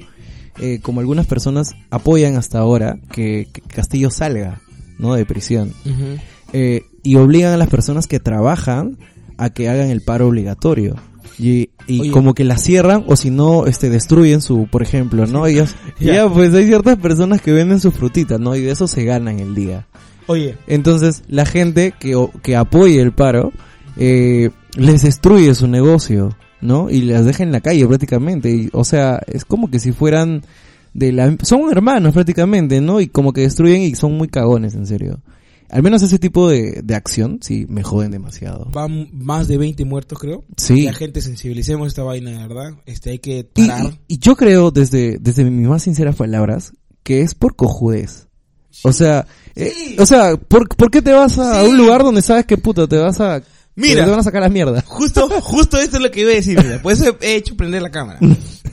Speaker 1: eh, como algunas personas apoyan hasta ahora que, que Castillo salga, ¿no? De prisión
Speaker 2: Ujú.
Speaker 1: eh, y obligan a las personas que trabajan a que hagan el paro obligatorio. Y, y
Speaker 2: Oye.
Speaker 1: como que la cierran o si no, este, destruyen su, por ejemplo, ¿no? Ellos,
Speaker 2: Ya.
Speaker 1: ya, pues hay ciertas personas que venden sus frutitas, ¿no? Y de eso se ganan el día.
Speaker 2: Oye,
Speaker 1: Entonces, la gente que, o- que apoye el paro, eh, les destruye su negocio, ¿no? Y las deja en la calle prácticamente. Y, o sea, es como que si fueran de la... Son hermanos prácticamente, ¿no? Y como que destruyen y son muy cagones, en serio. Al menos ese tipo de, de acción, sí, me joden demasiado.
Speaker 2: van más de 20 muertos, creo.
Speaker 1: Sí.
Speaker 2: La gente sensibilicemos esta vaina, de verdad. Este, hay que
Speaker 1: Y,
Speaker 2: parar.
Speaker 1: y- y yo creo, desde, desde mis más sinceras palabras, que es por cojudez. O sea, eh,
Speaker 2: Sí.
Speaker 1: o sea, ¿por, por qué te vas a
Speaker 2: Sí.
Speaker 1: un lugar donde sabes que puta te vas a...
Speaker 2: Mira.
Speaker 1: Te van a sacar la mierda.
Speaker 2: Justo, justo esto es lo que iba a decir, mira. Por eso he hecho prender la cámara.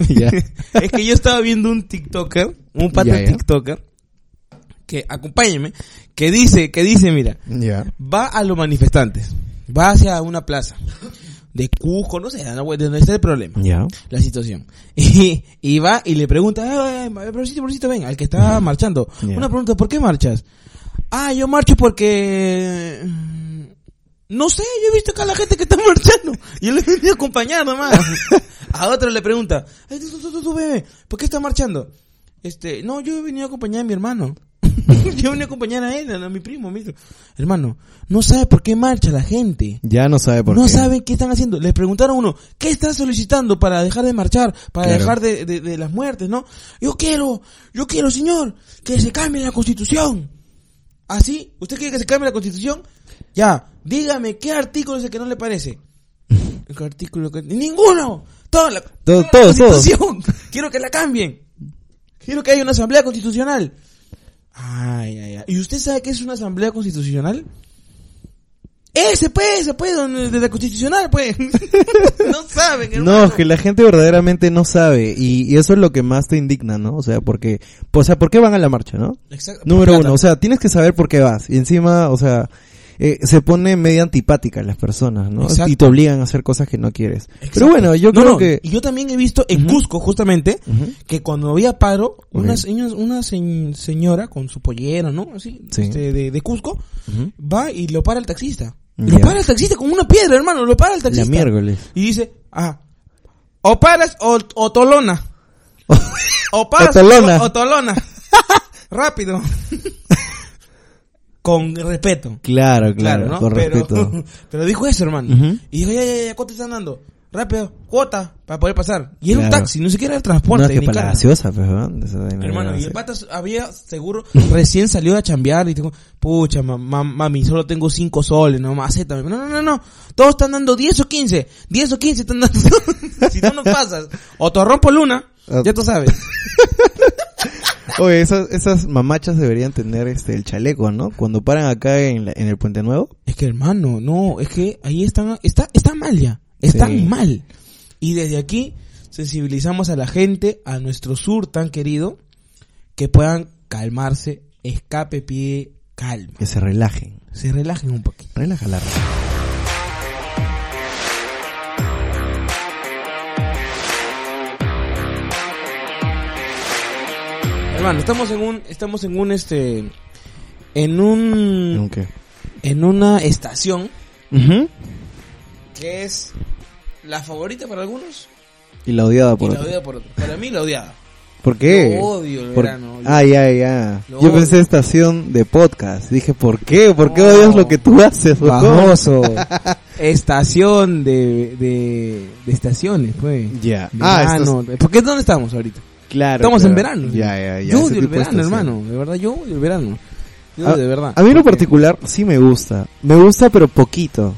Speaker 1: Ya.
Speaker 2: es que yo estaba viendo un TikToker, un pato
Speaker 1: Ya, ya.
Speaker 2: TikToker, que acompáñeme, que dice, que dice, mira,
Speaker 1: Ya.
Speaker 2: va a los manifestantes, va hacia una plaza de Cusco, no sé, de donde está el problema,
Speaker 1: Ya.
Speaker 2: la situación. Y, y va y le pregunta, "Eh, ay, ay, pobrecito, pobrecito, ven, al que está marchando.
Speaker 1: Ya.
Speaker 2: Una pregunta, ¿por qué marchas? Ah, yo marcho porque... mm, No sé, yo he visto acá a la gente que está marchando. Y yo le he venido a acompañar nomás. A otro le pregunta, "Ay, tú, tú, tú, tú, tú, bebé, ¿por qué está marchando? Este, no, yo he venido a acompañar a mi hermano. yo he venido a acompañar a él, a mi primo, a mi hermano. No sabe por qué marcha la gente
Speaker 1: Ya no sabe por
Speaker 2: no
Speaker 1: qué.
Speaker 2: saben qué están haciendo. Les preguntaron a uno, ¿qué están solicitando para dejar de marchar, para
Speaker 1: Claro.
Speaker 2: dejar de, de- de las muertes, no? Yo quiero, yo quiero, señor, que se cambie la constitución. ¿Así? ¿Usted quiere que se cambie la constitución? Ya, dígame, ¿qué artículo es el que no le parece? ¿Qué artículo? que- ¡Ninguno! Toda la,
Speaker 1: Todo-
Speaker 2: toda
Speaker 1: todo,
Speaker 2: la constitución. Quiero que la cambien. Quiero que haya una asamblea constitucional. Ay, ay, ay. ¿Y usted sabe qué es una asamblea constitucional? Ese pues, ese pues, donde- de la constitucional, pues. no saben,
Speaker 1: No,
Speaker 2: hermano.
Speaker 1: es que la gente verdaderamente no sabe. Y, y eso es lo que más te indigna, ¿no? O sea, porque, o sea, ¿por qué van a la marcha, no?
Speaker 2: Exacto.
Speaker 1: Número
Speaker 2: Plata.
Speaker 1: uno, o sea, tienes que saber por qué vas. Y encima, o sea, eh, se pone medio antipática las personas, ¿no?
Speaker 2: Exacto.
Speaker 1: Y te obligan a hacer cosas que no quieres. Pero
Speaker 2: Exacto.
Speaker 1: bueno, yo
Speaker 2: No,
Speaker 1: creo
Speaker 2: no,
Speaker 1: que...
Speaker 2: Y yo también he visto en Cusco, justamente,
Speaker 1: Ujú.
Speaker 2: que cuando había paro, una,
Speaker 1: Ok.
Speaker 2: señora, una señ- señora con su pollera, ¿no? Así,
Speaker 1: Sí.
Speaker 2: este, de, de Cusco,
Speaker 1: Ujú.
Speaker 2: va y lo para el taxista. Y
Speaker 1: Ya.
Speaker 2: Lo para el taxista con una piedra, hermano, lo para el
Speaker 1: La
Speaker 2: taxista.
Speaker 1: miércoles.
Speaker 2: Y dice, ah, o paras o, o tolona. O paras
Speaker 1: O tolona.
Speaker 2: O, o tolona. Rápido. Con respeto.
Speaker 1: Claro, claro,
Speaker 2: Claro, ¿no?
Speaker 1: con
Speaker 2: pero,
Speaker 1: respeto.
Speaker 2: pero dijo eso, hermano.
Speaker 1: Ujú.
Speaker 2: Y dijo, ya, ya, ya, ¿cuánto están dando? Rápido, cuota, para poder pasar. Y era un
Speaker 1: Claro.
Speaker 2: taxi, no siquiera era
Speaker 1: No,
Speaker 2: transporte.
Speaker 1: es que
Speaker 2: ni
Speaker 1: para la
Speaker 2: carga.
Speaker 1: gaseosa, pues, ¿verdad? Esa vaina de
Speaker 2: Hermano, y
Speaker 1: gaseosa.
Speaker 2: el pata había seguro recién salió a chambear y dijo, pucha, ma- ma- mami, solo tengo 5 soles, no más, acéptame. No, no, no, no, todos están dando 10 o 15, 10 o 15 están dando, si tú no pasas, o te rompo luna,
Speaker 1: Ah.
Speaker 2: ya tú sabes.
Speaker 1: Oye, esas, esas mamachas deberían tener este el chaleco, ¿no? Cuando paran acá en, la- en el Puente Nuevo.
Speaker 2: Es que hermano, no, es que ahí están, está, está mal ya, están
Speaker 1: Sí.
Speaker 2: mal. Y desde aquí sensibilizamos a la gente, a nuestro sur tan querido, que puedan calmarse, escape pie, calma,
Speaker 1: Que se relajen.
Speaker 2: se relajen un poquito.
Speaker 1: Relaja la raza.
Speaker 2: Hermano, estamos en un, estamos en un este, en un,
Speaker 1: Nunca.
Speaker 2: en una estación que es la favorita para algunos
Speaker 1: Y la odiada por
Speaker 2: y la
Speaker 1: otro.
Speaker 2: odiada por otros. Para mí la odiada.
Speaker 1: ¿Por qué?
Speaker 2: Lo odio el
Speaker 1: Por-
Speaker 2: verano.
Speaker 1: Ah, ya, ya.
Speaker 2: Lo
Speaker 1: Yo
Speaker 2: odio.
Speaker 1: pensé estación de podcast. Dije, ¿por qué? ¿Por qué
Speaker 2: No.
Speaker 1: odias lo que tú haces? huevón?
Speaker 2: Famoso. Estación de, de, de estaciones, pues.
Speaker 1: Ya. Ah,
Speaker 2: Verano. Porque dónde estamos ahorita?
Speaker 1: Claro.
Speaker 2: Estamos en
Speaker 1: claro.
Speaker 2: verano.
Speaker 1: Ya, ya, ya.
Speaker 2: yo
Speaker 1: Ese
Speaker 2: odio el
Speaker 1: tipo de
Speaker 2: verano,
Speaker 1: estación.
Speaker 2: hermano. De verdad, yo odio el verano. Yo
Speaker 1: A-
Speaker 2: de verdad.
Speaker 1: A mí en lo
Speaker 2: Porque-
Speaker 1: particular sí me gusta. Me gusta, pero poquito.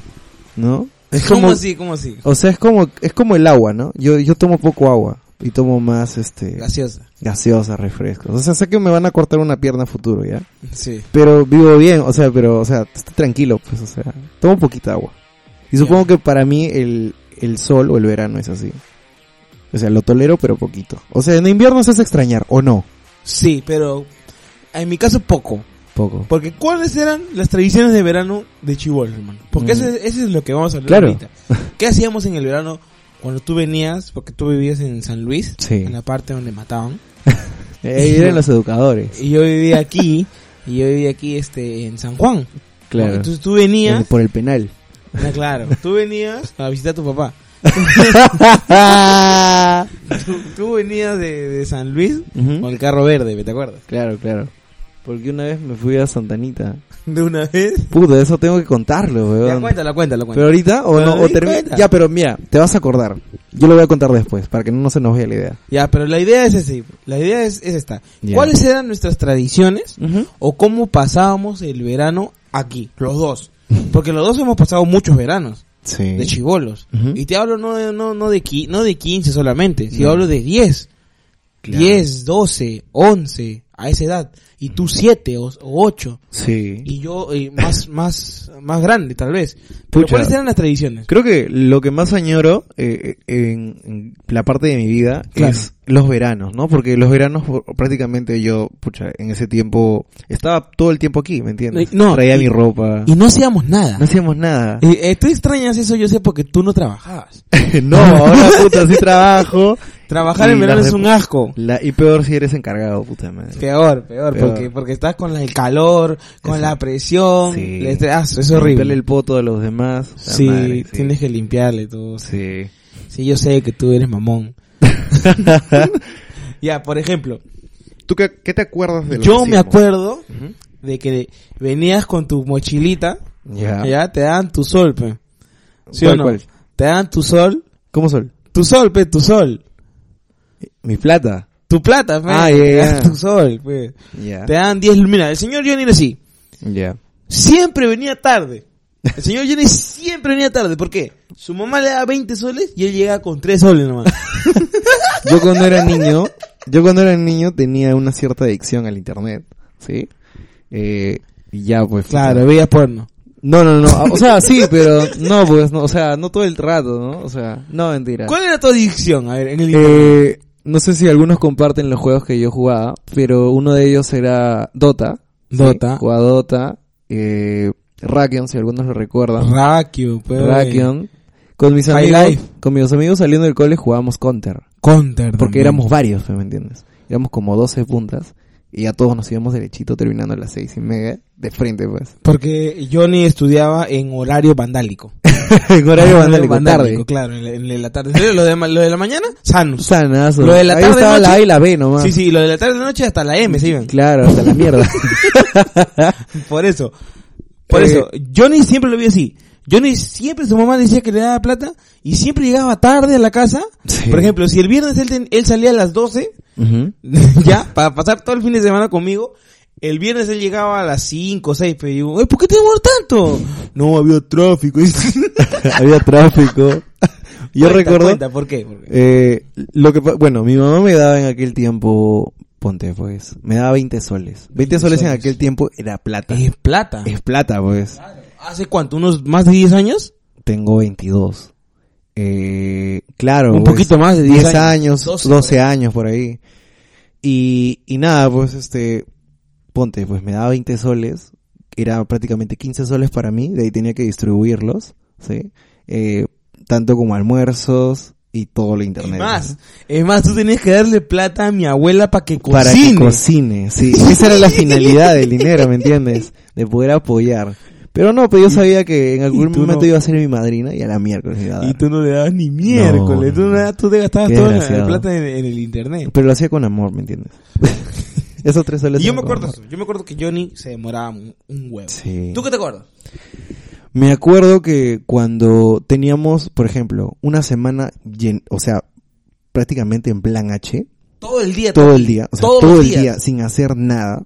Speaker 1: ¿No? Es
Speaker 2: Eh, ¿Cómo
Speaker 1: como.
Speaker 2: así? ¿Cómo así?
Speaker 1: O sea, es como, es como el agua, ¿no? Yo, yo tomo poco agua. Y tomo más, este.
Speaker 2: Graciosa.
Speaker 1: gaseosa, refrescos. O sea, sé que me van a cortar una pierna a futuro, ¿ya?
Speaker 2: Sí.
Speaker 1: Pero vivo bien, o sea, pero, o sea, estoy tranquilo, pues, o sea, tomo poquita agua. Y
Speaker 2: Ya.
Speaker 1: supongo que para mí el, el sol o el verano es así. O sea, lo tolero, pero poquito. O sea, en invierno se hace extrañar, ¿o no?
Speaker 2: Sí, pero en mi caso poco.
Speaker 1: Poco.
Speaker 2: Porque ¿cuáles eran las tradiciones de verano de Chibol, hermano? Porque
Speaker 1: Mm.
Speaker 2: ese, ese es lo que vamos a hablar
Speaker 1: Claro.
Speaker 2: ahorita. ¿Qué hacíamos en el verano cuando tú venías, porque tú vivías en San Luis,
Speaker 1: Sí.
Speaker 2: en la parte donde mataban,
Speaker 1: Eh, eran los educadores.
Speaker 2: y yo vivía aquí, y yo vivía aquí este en San Juan.
Speaker 1: Claro.
Speaker 2: Entonces tú venías,
Speaker 1: Por el penal.
Speaker 2: Ah, claro, tú venías a visitar a tu papá. Tú, tú venías de, de San Luis
Speaker 1: Ujú.
Speaker 2: con el carro verde, ¿te acuerdas?
Speaker 1: Claro, claro. Porque una vez me fui a Santanita.
Speaker 2: De una vez.
Speaker 1: Puta, eso tengo que contarlo,
Speaker 2: Ya
Speaker 1: weón.
Speaker 2: cuéntalo,
Speaker 1: Pero
Speaker 2: cuéntalo, cuéntalo.
Speaker 1: ahorita o
Speaker 2: Pero
Speaker 1: no, o
Speaker 2: di
Speaker 1: termi-
Speaker 2: cuenta.
Speaker 1: Ya, pero mira, te vas a acordar. Yo lo voy a contar después, para que no se nos vea la idea.
Speaker 2: Ya, pero la idea es así. La idea es, es esta.
Speaker 1: Ya.
Speaker 2: ¿Cuáles eran nuestras tradiciones o cómo pasábamos el verano aquí? Los dos. Porque los dos hemos pasado muchos veranos
Speaker 1: Sí.
Speaker 2: de chivolos.
Speaker 1: Ujú.
Speaker 2: Y te hablo no de, no, no de, qui- no de 15 solamente, si
Speaker 1: No.
Speaker 2: hablo de 10.
Speaker 1: Claro.
Speaker 2: 10, 12, 11 a esa edad. Y tú 7 o 8.
Speaker 1: Sí.
Speaker 2: Y yo eh, más, más, más grande tal vez. Pero
Speaker 1: Pucha.
Speaker 2: ¿cuáles eran las tradiciones?
Speaker 1: Creo que lo que más añoro eh, eh, en, en la parte de mi vida
Speaker 2: Claro.
Speaker 1: es los veranos, ¿no? Porque los veranos por- prácticamente yo, pucha, en ese tiempo estaba todo el tiempo aquí, ¿me entiendes?
Speaker 2: Eh, no,
Speaker 1: Traía
Speaker 2: y-
Speaker 1: mi ropa,
Speaker 2: Y no hacíamos nada.
Speaker 1: no hacíamos nada.
Speaker 2: Eh, eh, tú extrañas eso, yo sé, porque tú no trabajabas.
Speaker 1: no, ahora puta, sí trabajo.
Speaker 2: Trabajar
Speaker 1: Y
Speaker 2: en verano
Speaker 1: las
Speaker 2: es un
Speaker 1: repu-
Speaker 2: asco.
Speaker 1: La, y peor si eres encargado, puta madre.
Speaker 2: Peor, peor,
Speaker 1: Peor.
Speaker 2: Porque, porque estás con la- el calor, con
Speaker 1: Eso.
Speaker 2: la presión,
Speaker 1: Sí.
Speaker 2: el estrés, ah, es
Speaker 1: Limpiarle
Speaker 2: horrible.
Speaker 1: el poto a los demás. puta
Speaker 2: sí,
Speaker 1: madre, sí.
Speaker 2: tienes que limpiarle todo. Sí.
Speaker 1: Sí.
Speaker 2: yo sé que tú eres mamón. ya, por ejemplo,
Speaker 1: ¿Tú qué, qué te acuerdas de lo
Speaker 2: yo
Speaker 1: que
Speaker 2: me
Speaker 1: hacíamos?
Speaker 2: acuerdo
Speaker 1: Ujú.
Speaker 2: de que venías con tu mochilita,
Speaker 1: Ya.
Speaker 2: ya te dan tu sol, pe. ¿Sí o
Speaker 1: ¿Cuál,
Speaker 2: no?
Speaker 1: cuál?
Speaker 2: Te dan tu sol,
Speaker 1: ¿Cómo son?
Speaker 2: tu sol, pe, tu sol.
Speaker 1: Mi plata.
Speaker 2: Tu plata, fe.
Speaker 1: Ah, ya,
Speaker 2: Te
Speaker 1: ya.
Speaker 2: dan tu sol, fe.
Speaker 1: Ya.
Speaker 2: Te dan 10 lu- Mira, el señor Johnny era así.
Speaker 1: Ya.
Speaker 2: Siempre venía tarde. El señor Johnny siempre venía tarde. ¿Por qué? Su mamá le da 20 soles y él llega con 3 soles nomás.
Speaker 1: Yo cuando era niño, yo cuando era niño tenía una cierta adicción al internet, ¿sí? Eh, y ya pues.
Speaker 2: Claro, veía porno.
Speaker 1: No, no, no, o sea, sí, pero no, pues, no, o sea, no todo el rato, ¿no? O sea, no, mentira.
Speaker 2: ¿Cuál era tu adicción? A ver, en el
Speaker 1: Eh, no sé si algunos comparten los juegos que yo jugaba, pero uno de ellos era Dota. ¿sí?
Speaker 2: Dota.
Speaker 1: Jugaba Dota, eh, Rakion, si algunos lo recuerdan.
Speaker 2: Rakio, pero
Speaker 1: Rakion. Con mis
Speaker 2: High
Speaker 1: amigos,
Speaker 2: Life.
Speaker 1: con mis amigos saliendo del cole jugábamos Counter.
Speaker 2: Counter.
Speaker 1: Porque
Speaker 2: también.
Speaker 1: éramos varios, pues, ¿me entiendes? Éramos como 12 puntas y a todos nos íbamos derechito terminando a las seis y media de frente, pues.
Speaker 2: Porque Johnny estudiaba en horario vandálico.
Speaker 1: en horario vandálico, tarde.
Speaker 2: Claro, en la, en la tarde. Lo de, ma- lo de la mañana, sanos.
Speaker 1: Sanazo.
Speaker 2: Lo de la
Speaker 1: Ahí
Speaker 2: tarde,
Speaker 1: estaba la
Speaker 2: noche.
Speaker 1: A y la B nomás.
Speaker 2: Sí, sí, lo de la tarde de noche hasta la M se iban.
Speaker 1: Claro, hasta la mierda.
Speaker 2: Por eso. Por
Speaker 1: Eh,
Speaker 2: eso. Johnny siempre lo vi así. Johnny siempre su mamá decía que le daba plata y siempre llegaba tarde a la casa.
Speaker 1: Sí.
Speaker 2: Por ejemplo, si el viernes él, ten- él salía a las 12,
Speaker 1: Ujú.
Speaker 2: ya, para pasar todo el fin de semana conmigo, el viernes él llegaba a las 5 o 6, pero digo, "Oye, ¿por qué te demoras tanto? no, había tráfico.
Speaker 1: Había tráfico. Yo
Speaker 2: Cuenta,
Speaker 1: recuerdo,
Speaker 2: cuenta, ¿por qué? ¿Por qué?
Speaker 1: eh, lo que, pa- bueno, mi mamá me daba en aquel tiempo, ponte pues, me daba 20 soles. 20,
Speaker 2: 20
Speaker 1: soles, en
Speaker 2: soles.
Speaker 1: aquel tiempo era plata.
Speaker 2: Es plata.
Speaker 1: Es plata, pues.
Speaker 2: ¿Hace cuánto? ¿Unos más de 10 años?
Speaker 1: Tengo 22. Eh, claro.
Speaker 2: Un
Speaker 1: pues,
Speaker 2: poquito más de
Speaker 1: 10
Speaker 2: 10
Speaker 1: años, 12,
Speaker 2: 12,
Speaker 1: años por ahí. Y, y nada, pues este, ponte, pues me daba 20 soles, era prácticamente 15 soles para mí, de ahí tenía que distribuirlos, ¿sí? Eh, tanto como almuerzos y todo lo
Speaker 2: Es
Speaker 1: internet.
Speaker 2: más.
Speaker 1: ¿no?
Speaker 2: Es más, tú tenías que darle plata a mi abuela para que cocine.
Speaker 1: Para que cocine, sí. Esa era la finalidad del dinero, ¿me entiendes? De poder apoyar. Pero no, pues yo sabía que en algún
Speaker 2: tú
Speaker 1: momento
Speaker 2: no-
Speaker 1: iba a ser mi madrina y a la miércoles iba a dar.
Speaker 2: Y tú no le dabas ni miércoles, tú,
Speaker 1: no,
Speaker 2: no le dabas- tú te gastabas
Speaker 1: Qué
Speaker 2: toda la- la
Speaker 1: desgraciado.
Speaker 2: plata en, en el internet.
Speaker 1: Pero lo hacía con amor, ¿me entiendes? Esos tres soles.
Speaker 2: Y yo
Speaker 1: eran
Speaker 2: me
Speaker 1: con amor.
Speaker 2: acuerdo eso, yo me acuerdo que Johnny se demoraba un, un huevo.
Speaker 1: Sí.
Speaker 2: ¿Tú qué te acuerdas?
Speaker 1: Me acuerdo que cuando teníamos, por ejemplo, una semana, llen- o sea, prácticamente en plan H,
Speaker 2: Todo el día.
Speaker 1: todo el día, o sea,
Speaker 2: Todos
Speaker 1: todo
Speaker 2: los
Speaker 1: el
Speaker 2: días.
Speaker 1: día sin hacer nada,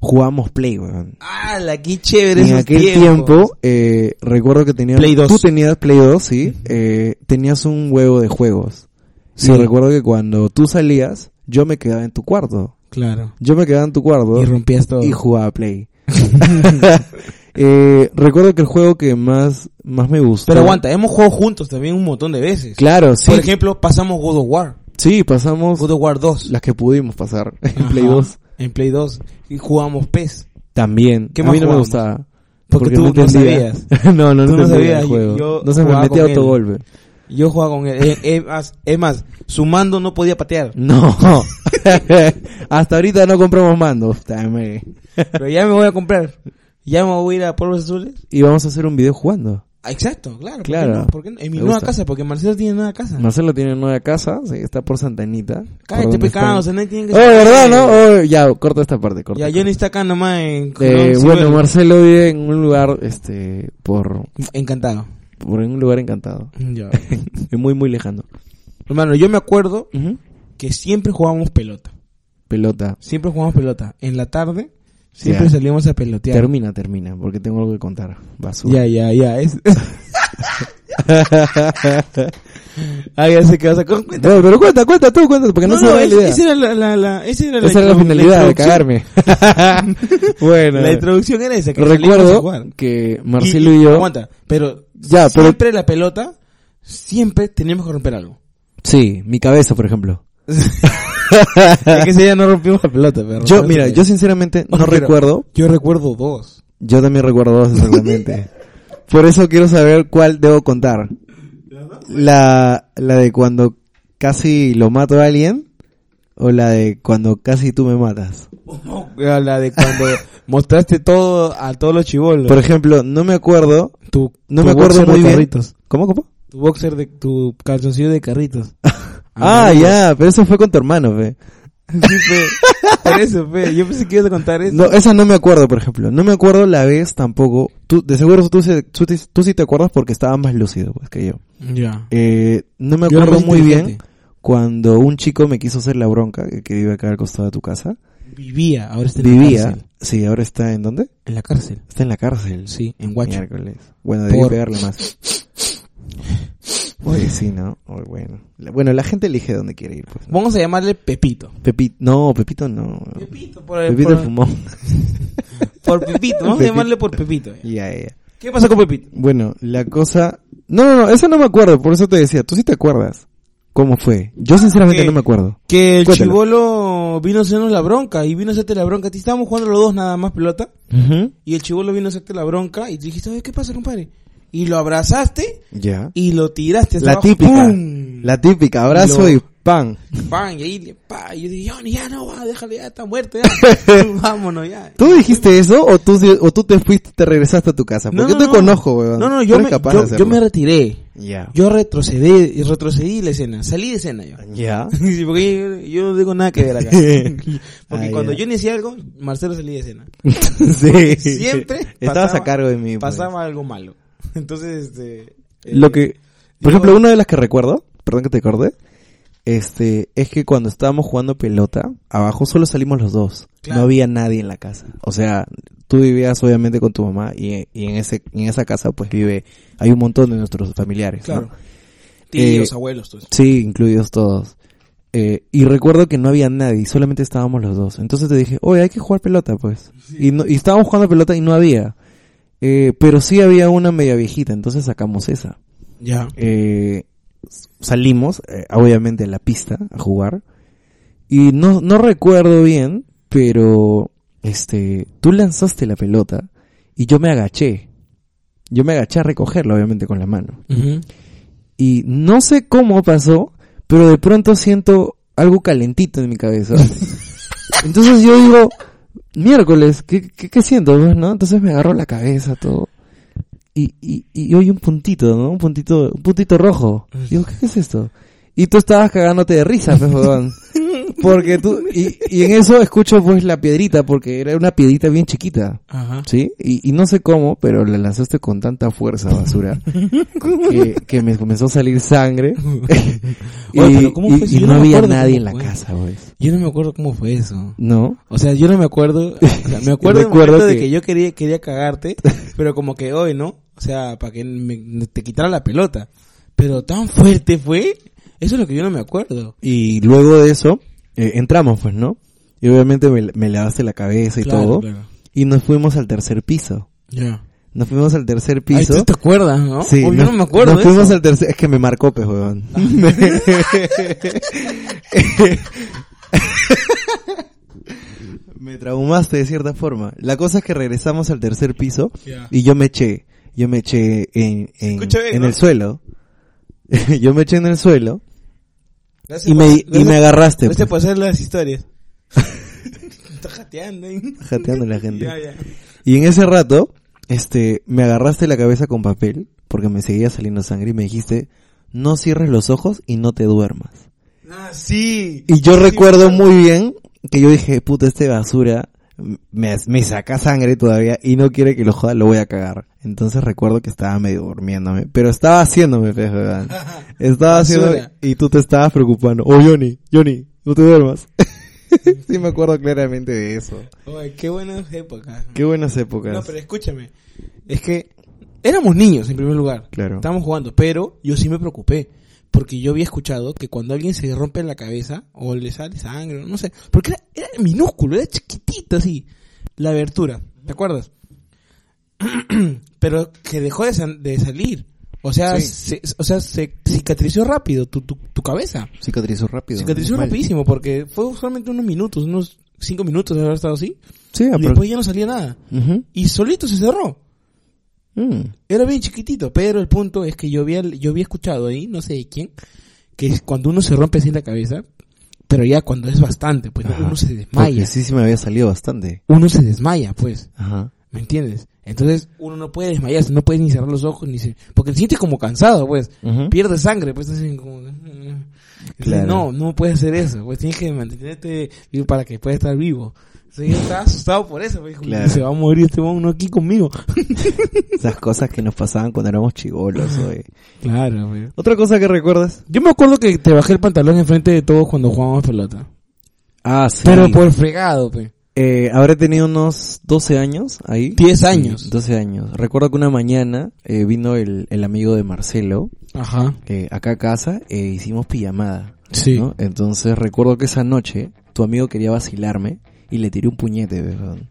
Speaker 1: jugábamos Play, weón.
Speaker 2: ¡Hala, qué chévere
Speaker 1: En
Speaker 2: esos
Speaker 1: aquel
Speaker 2: tiempos!
Speaker 1: tiempo, eh, recuerdo que tenías,
Speaker 2: Play 2.
Speaker 1: tú tenías Play 2, sí, eh, tenías un huevo de juegos. Sí.
Speaker 2: Sí.
Speaker 1: recuerdo que cuando tú salías, yo me quedaba en tu cuarto.
Speaker 2: Claro.
Speaker 1: Yo me quedaba en tu cuarto.
Speaker 2: Y rompías todo.
Speaker 1: y jugaba Play. Eh, recuerdo que el juego que más, más me gustó.
Speaker 2: Pero aguanta, hemos jugado juntos también un montón de veces.
Speaker 1: Claro, sí.
Speaker 2: Por ejemplo, pasamos God of War.
Speaker 1: Sí, pasamos
Speaker 2: God of War 2.
Speaker 1: las que pudimos pasar en
Speaker 2: Ajá,
Speaker 1: Play 2.
Speaker 2: En Play 2. Y jugamos PES.
Speaker 1: También.
Speaker 2: ¿Qué
Speaker 1: a
Speaker 2: más
Speaker 1: mí no me
Speaker 2: jugamos?
Speaker 1: gustaba.
Speaker 2: Porque tú no
Speaker 1: entendía. no, no,
Speaker 2: Tú no
Speaker 1: entendía
Speaker 2: sabías,
Speaker 1: el juego.
Speaker 2: yo- yo
Speaker 1: no se me
Speaker 2: jugaba
Speaker 1: metía
Speaker 2: con él.
Speaker 1: autogolpe.
Speaker 2: Yo jugaba con él. Eh, eh, más- es más, su mando no podía patear.
Speaker 1: No. Hasta ahorita no compramos mandos. Dame.
Speaker 2: Pero ya me voy a comprar. Ya me voy a ir a Pueblos Azules.
Speaker 1: Y vamos a hacer un video jugando.
Speaker 2: Ah, exacto, claro. ¿por qué
Speaker 1: Claro.
Speaker 2: no? ¿Por qué no? En mi
Speaker 1: Me
Speaker 2: nueva
Speaker 1: gusta.
Speaker 2: casa, porque Marcelo tiene nueva casa.
Speaker 1: Marcelo tiene nueva casa. sí, está por Santa Anita. por
Speaker 2: Ah. Cállate,
Speaker 1: donde
Speaker 2: pecado. O
Speaker 1: está.
Speaker 2: sea, nadie tiene que
Speaker 1: Oh, ¿verdad, no? Oh, ya, corta esta parte. Corta.
Speaker 2: Ya Johnny está acá nomás en.
Speaker 1: Eh,
Speaker 2: Colón,
Speaker 1: bueno,
Speaker 2: Ciudad-
Speaker 1: Marcelo vive en un lugar, este, por,
Speaker 2: Encantado.
Speaker 1: por un lugar encantado.
Speaker 2: Ya.
Speaker 1: muy, muy lejano.
Speaker 2: Hermano, yo me acuerdo que siempre jugábamos pelota.
Speaker 1: Pelota.
Speaker 2: Siempre jugábamos pelota. En la tarde, siempre
Speaker 1: Ya.
Speaker 2: salíamos a pelotear.
Speaker 1: Termina, termina, porque tengo algo que contar. Basura.
Speaker 2: Ya, ya, ya. Es... ah, ya sé que vas a con- cuenta.
Speaker 1: No, pero cuenta, cuenta tú, cuenta, porque no, se me va la
Speaker 2: es-
Speaker 1: idea.
Speaker 2: esa era la, la, la- esa era la,
Speaker 1: Esa era la
Speaker 2: intro-
Speaker 1: finalidad, de
Speaker 2: introducción.
Speaker 1: cagarme. bueno,
Speaker 2: La introducción era esa. Que salíamos a jugar.
Speaker 1: recuerdo que Marcelo y, yo...
Speaker 2: Aguanta, pero
Speaker 1: Ya, pero...
Speaker 2: siempre la pelota, siempre teníamos que romper algo.
Speaker 1: Sí, mi cabeza, por ejemplo.
Speaker 2: es que ese día no rompimos la pelota, pero
Speaker 1: Yo, mira, yo sinceramente no
Speaker 2: Pero-
Speaker 1: recuerdo.
Speaker 2: Yo recuerdo dos.
Speaker 1: Yo también recuerdo dos exactamente. por eso quiero saber cuál debo contar. La, la de cuando casi lo mato a alguien o la de cuando casi tú me matas.
Speaker 2: A La de cuando mostraste todo a todos los chivolos.
Speaker 1: Por ejemplo, no me acuerdo
Speaker 2: Tu,
Speaker 1: No
Speaker 2: tu
Speaker 1: me acuerdo
Speaker 2: boxer de
Speaker 1: muy bien.
Speaker 2: carritos.
Speaker 1: ¿Cómo, cómo?
Speaker 2: Tu boxer de tu calzoncillo de carritos.
Speaker 1: Ah,
Speaker 2: Amigo.
Speaker 1: ya, pero eso fue con tu hermano, fe.
Speaker 2: Sí, fe. Por eso, fe. Yo pensé que ibas a contar eso.
Speaker 1: No, esa no me acuerdo, por ejemplo. No me acuerdo la vez tampoco. Tú, de seguro tú, se- tú, te- tú sí te acuerdas porque estabas más lúcido pues, que yo.
Speaker 2: Ya.
Speaker 1: Eh, no me
Speaker 2: Yo era
Speaker 1: acuerdo
Speaker 2: más
Speaker 1: muy bien
Speaker 2: inteligente.
Speaker 1: cuando un chico me quiso hacer la bronca, el que vive acá al costado de tu casa.
Speaker 2: Vivía, ahora está en la
Speaker 1: Vivía.
Speaker 2: cárcel.
Speaker 1: Sí, ahora está en dónde?
Speaker 2: En la cárcel.
Speaker 1: Está en la cárcel.
Speaker 2: Sí, en Guacho.
Speaker 1: Miércoles. Bueno, debí
Speaker 2: Por-
Speaker 1: pegarle más. Oye, sí, ¿no? Oye, bueno. La- bueno, la gente elige dónde quiere ir, pues.
Speaker 2: Vamos a llamarle Pepito.
Speaker 1: Pepito, no, Pepito no.
Speaker 2: Pepito, por,
Speaker 1: Pepito el fumón.
Speaker 2: por Pepito. Vamos a
Speaker 1: Pepito.
Speaker 2: llamarle por Pepito. ya.
Speaker 1: Ya, ya, ya.
Speaker 2: ¿Qué pasó con Pepito?
Speaker 1: Bueno, la cosa... No, no, no, eso no me acuerdo, por eso te decía, tú sí te acuerdas. ¿Cómo fue? Yo sinceramente
Speaker 2: Eh,
Speaker 1: no me acuerdo.
Speaker 2: Que el
Speaker 1: Cuéntalo.
Speaker 2: chivolo vino a hacernos la bronca y vino a hacerte la bronca. Te estábamos jugando los dos nada más pelota. Y el chivolo vino a hacerte la bronca y te dijiste, oye, ¿qué pasa, compadre? Y lo abrazaste
Speaker 1: Ya.
Speaker 2: y lo tiraste. hasta
Speaker 1: La
Speaker 2: abajo.
Speaker 1: típica.
Speaker 2: ¡Pum!
Speaker 1: La típica, abrazo
Speaker 2: Lo-
Speaker 1: y pan.
Speaker 2: Pan, y ahí, le- pa, y yo dije, Johnny, ya no, va, déjale, ya está muerto, ya. Vámonos, ya.
Speaker 1: ¿Tú dijiste eso o tú, se- o tú te fuiste, te regresaste a tu casa? Porque yo te conozco, weón.
Speaker 2: No, no,
Speaker 1: Tú
Speaker 2: yo
Speaker 1: eres
Speaker 2: me,
Speaker 1: capaz
Speaker 2: yo-
Speaker 1: de hacerlo.
Speaker 2: yo me retiré.
Speaker 1: Ya.
Speaker 2: Yo retrocedí, y retrocedí la escena, salí de escena yo.
Speaker 1: Ya.
Speaker 2: Sí, Porque yo, yo no tengo nada que ver acá. Porque
Speaker 1: Ah,
Speaker 2: cuando
Speaker 1: ya.
Speaker 2: yo inicié algo, Marcelo salía de escena.
Speaker 1: sí.
Speaker 2: Siempre
Speaker 1: Estabas
Speaker 2: pasaba-
Speaker 1: a cargo de mí. pues.
Speaker 2: Pasaba algo malo. Entonces, este... eh,
Speaker 1: Lo que...
Speaker 2: yo-
Speaker 1: Por ejemplo, una de las que recuerdo, perdón que te acordé, este, es que cuando estábamos jugando pelota, abajo solo salimos los dos.
Speaker 2: Claro.
Speaker 1: No había nadie en la casa. O sea, tú vivías obviamente con tu mamá y, y en ese, y en esa casa pues vive, hay un montón de nuestros familiares, ¿no?
Speaker 2: Claro. Tíos,
Speaker 1: Eh,
Speaker 2: abuelos, todo eso.
Speaker 1: Sí, incluidos todos. Eh, y recuerdo que no había nadie, solamente estábamos los dos. Entonces te dije, oye, hay que jugar pelota, pues. Y, no- y estábamos jugando pelota y no había. Eh, pero sí había una media viejita, entonces sacamos esa.
Speaker 2: Ya.
Speaker 1: Eh, s- salimos, eh, obviamente, a la pista a jugar. Y no, no recuerdo bien, pero este, tú lanzaste la pelota y yo me agaché. Yo me agaché a recogerla, obviamente, con la mano. Y no sé cómo pasó, pero de pronto siento algo calentito en mi cabeza. Entonces yo digo, miércoles, ¿qué, qué, qué siento? pues, no? Entonces me agarro la cabeza, todo. Y, y, y oí un puntito, ¿no? Un puntito, un puntito rojo. Digo, ¿qué es esto? Y tú estabas cagándote de risa, pues, huevón. Porque tú, y, y en eso escucho pues la piedrita, porque era una piedrita bien chiquita.
Speaker 2: Ajá.
Speaker 1: ¿Sí? Y, y no sé cómo, pero la lanzaste con tanta fuerza, basura, que, que me comenzó a salir sangre. y
Speaker 2: Oye, pero ¿cómo
Speaker 1: y-
Speaker 2: fue eso?
Speaker 1: y
Speaker 2: Yo
Speaker 1: no
Speaker 2: no me
Speaker 1: había
Speaker 2: acuerdo
Speaker 1: nadie
Speaker 2: cómo
Speaker 1: en la
Speaker 2: fue.
Speaker 1: casa, güey.
Speaker 2: Yo no me acuerdo cómo fue eso.
Speaker 1: ¿No?
Speaker 2: O sea, yo no me acuerdo. o sea, me acuerdo, del
Speaker 1: Recuerdo
Speaker 2: momento de
Speaker 1: que-
Speaker 2: que yo quería, quería cagarte, pero como que hoy, ¿no? O sea, para que me- te quitara la pelota. Pero tan fuerte fue. Eso es lo que yo no me acuerdo.
Speaker 1: Y luego de eso, eh, entramos, pues, ¿no? Y obviamente me, me lavaste la cabeza y
Speaker 2: Claro,
Speaker 1: todo.
Speaker 2: claro.
Speaker 1: Y nos fuimos al tercer piso.
Speaker 2: Ya.
Speaker 1: Nos fuimos al tercer
Speaker 2: Ay,
Speaker 1: piso.
Speaker 2: ¿tú te acuerdas, no?
Speaker 1: Sí,
Speaker 2: Oh, yo
Speaker 1: nos-
Speaker 2: no me acuerdo
Speaker 1: Nos
Speaker 2: de
Speaker 1: fuimos
Speaker 2: eso.
Speaker 1: al tercer. Es que me marcó, pues, huevón. me traumaste de cierta forma. La cosa es que regresamos al tercer piso
Speaker 2: Ya.
Speaker 1: y yo me eché. Yo me eché en, en,
Speaker 2: escucha bien,
Speaker 1: en
Speaker 2: ¿no?
Speaker 1: el suelo. yo me eché en el suelo
Speaker 2: Gracias
Speaker 1: y
Speaker 2: por-
Speaker 1: me, y
Speaker 2: gracias-
Speaker 1: me agarraste.
Speaker 2: Gracias
Speaker 1: pues,
Speaker 2: por hacer las historias. Está jateando, ¿eh?
Speaker 1: pues, jateando la gente.
Speaker 2: Ya, ya.
Speaker 1: Y en ese rato, este, me agarraste la cabeza con papel, porque me seguía saliendo sangre y me dijiste, no cierres los ojos y no te duermas.
Speaker 2: Ah, sí.
Speaker 1: Y yo
Speaker 2: Sí,
Speaker 1: recuerdo
Speaker 2: sí.
Speaker 1: muy bien que yo dije, puta, este basura me, me saca sangre todavía y no quiere que lo joda, lo voy a cagar. Entonces recuerdo que estaba medio durmiéndome, pero estaba haciéndome, pues, weón. Estaba haciendo
Speaker 2: Basura.
Speaker 1: y tú te estabas preocupando. Oh, Johnny, Johnny, no te duermas. sí me acuerdo claramente de eso.
Speaker 2: Oye, qué buenas épocas.
Speaker 1: Qué buenas épocas.
Speaker 2: No, pero escúchame. Es que éramos niños en primer lugar.
Speaker 1: Claro.
Speaker 2: Estábamos jugando, pero yo sí me preocupé. Porque yo había escuchado que cuando alguien se rompe la cabeza o le sale sangre, no sé. Porque era, era minúsculo, era chiquitito así. La abertura, ¿te acuerdas? pero que dejó de, san- de salir. O sea, se, o sea, se cicatrizó rápido tu, tu, tu cabeza.
Speaker 1: Cicatrizó rápido.
Speaker 2: Cicatrizó
Speaker 1: normal.
Speaker 2: rapidísimo porque fue solamente unos minutos, unos cinco minutos de haber estado así.
Speaker 1: Sí,
Speaker 2: Y
Speaker 1: apro-
Speaker 2: después ya no salía nada.
Speaker 1: Ujú.
Speaker 2: Y solito se cerró.
Speaker 1: Mm.
Speaker 2: Era bien chiquitito, pero el punto es que yo había, yo había escuchado ahí, no sé de quién, que es cuando uno se rompe así la cabeza, pero ya cuando es bastante, pues ¿no?
Speaker 1: Ajá.
Speaker 2: uno se
Speaker 1: Porque
Speaker 2: desmaya.
Speaker 1: sí, sí me había salido bastante.
Speaker 2: Uno se desmaya, pues,
Speaker 1: Ajá.
Speaker 2: ¿me entiendes? Entonces uno no puede desmayarse, no puede ni cerrar los ojos, ni se... Porque te sientes como cansado, pues,
Speaker 1: Ujú.
Speaker 2: pierde sangre, pues así como... Entonces,
Speaker 1: ¿Eh? Claro.
Speaker 2: No, no puedes hacer eso, pues tienes que mantenerte vivo para que puedas estar vivo. Entonces yo estaba asustado por eso, pues, como,
Speaker 1: Claro.
Speaker 2: se va a morir este mono aquí conmigo.
Speaker 1: Esas cosas que nos pasaban cuando éramos chigolos. oye.
Speaker 2: claro, pues.
Speaker 1: Otra cosa que recuerdas.
Speaker 2: Yo me acuerdo que te bajé el pantalón enfrente de todos cuando jugábamos pelota.
Speaker 1: Ah, sí.
Speaker 2: Pero por fregado, pe.
Speaker 1: Eh, habré tenido unos 12 años ahí.
Speaker 2: 10
Speaker 1: Sí,
Speaker 2: años.
Speaker 1: 12 años. Recuerdo que una mañana eh, vino el, el amigo de Marcelo
Speaker 2: Ajá.
Speaker 1: eh, acá a casa e hicimos pijamada.
Speaker 2: Sí.
Speaker 1: ¿no? Entonces recuerdo que esa noche tu amigo quería vacilarme y le tiré un puñete, weón.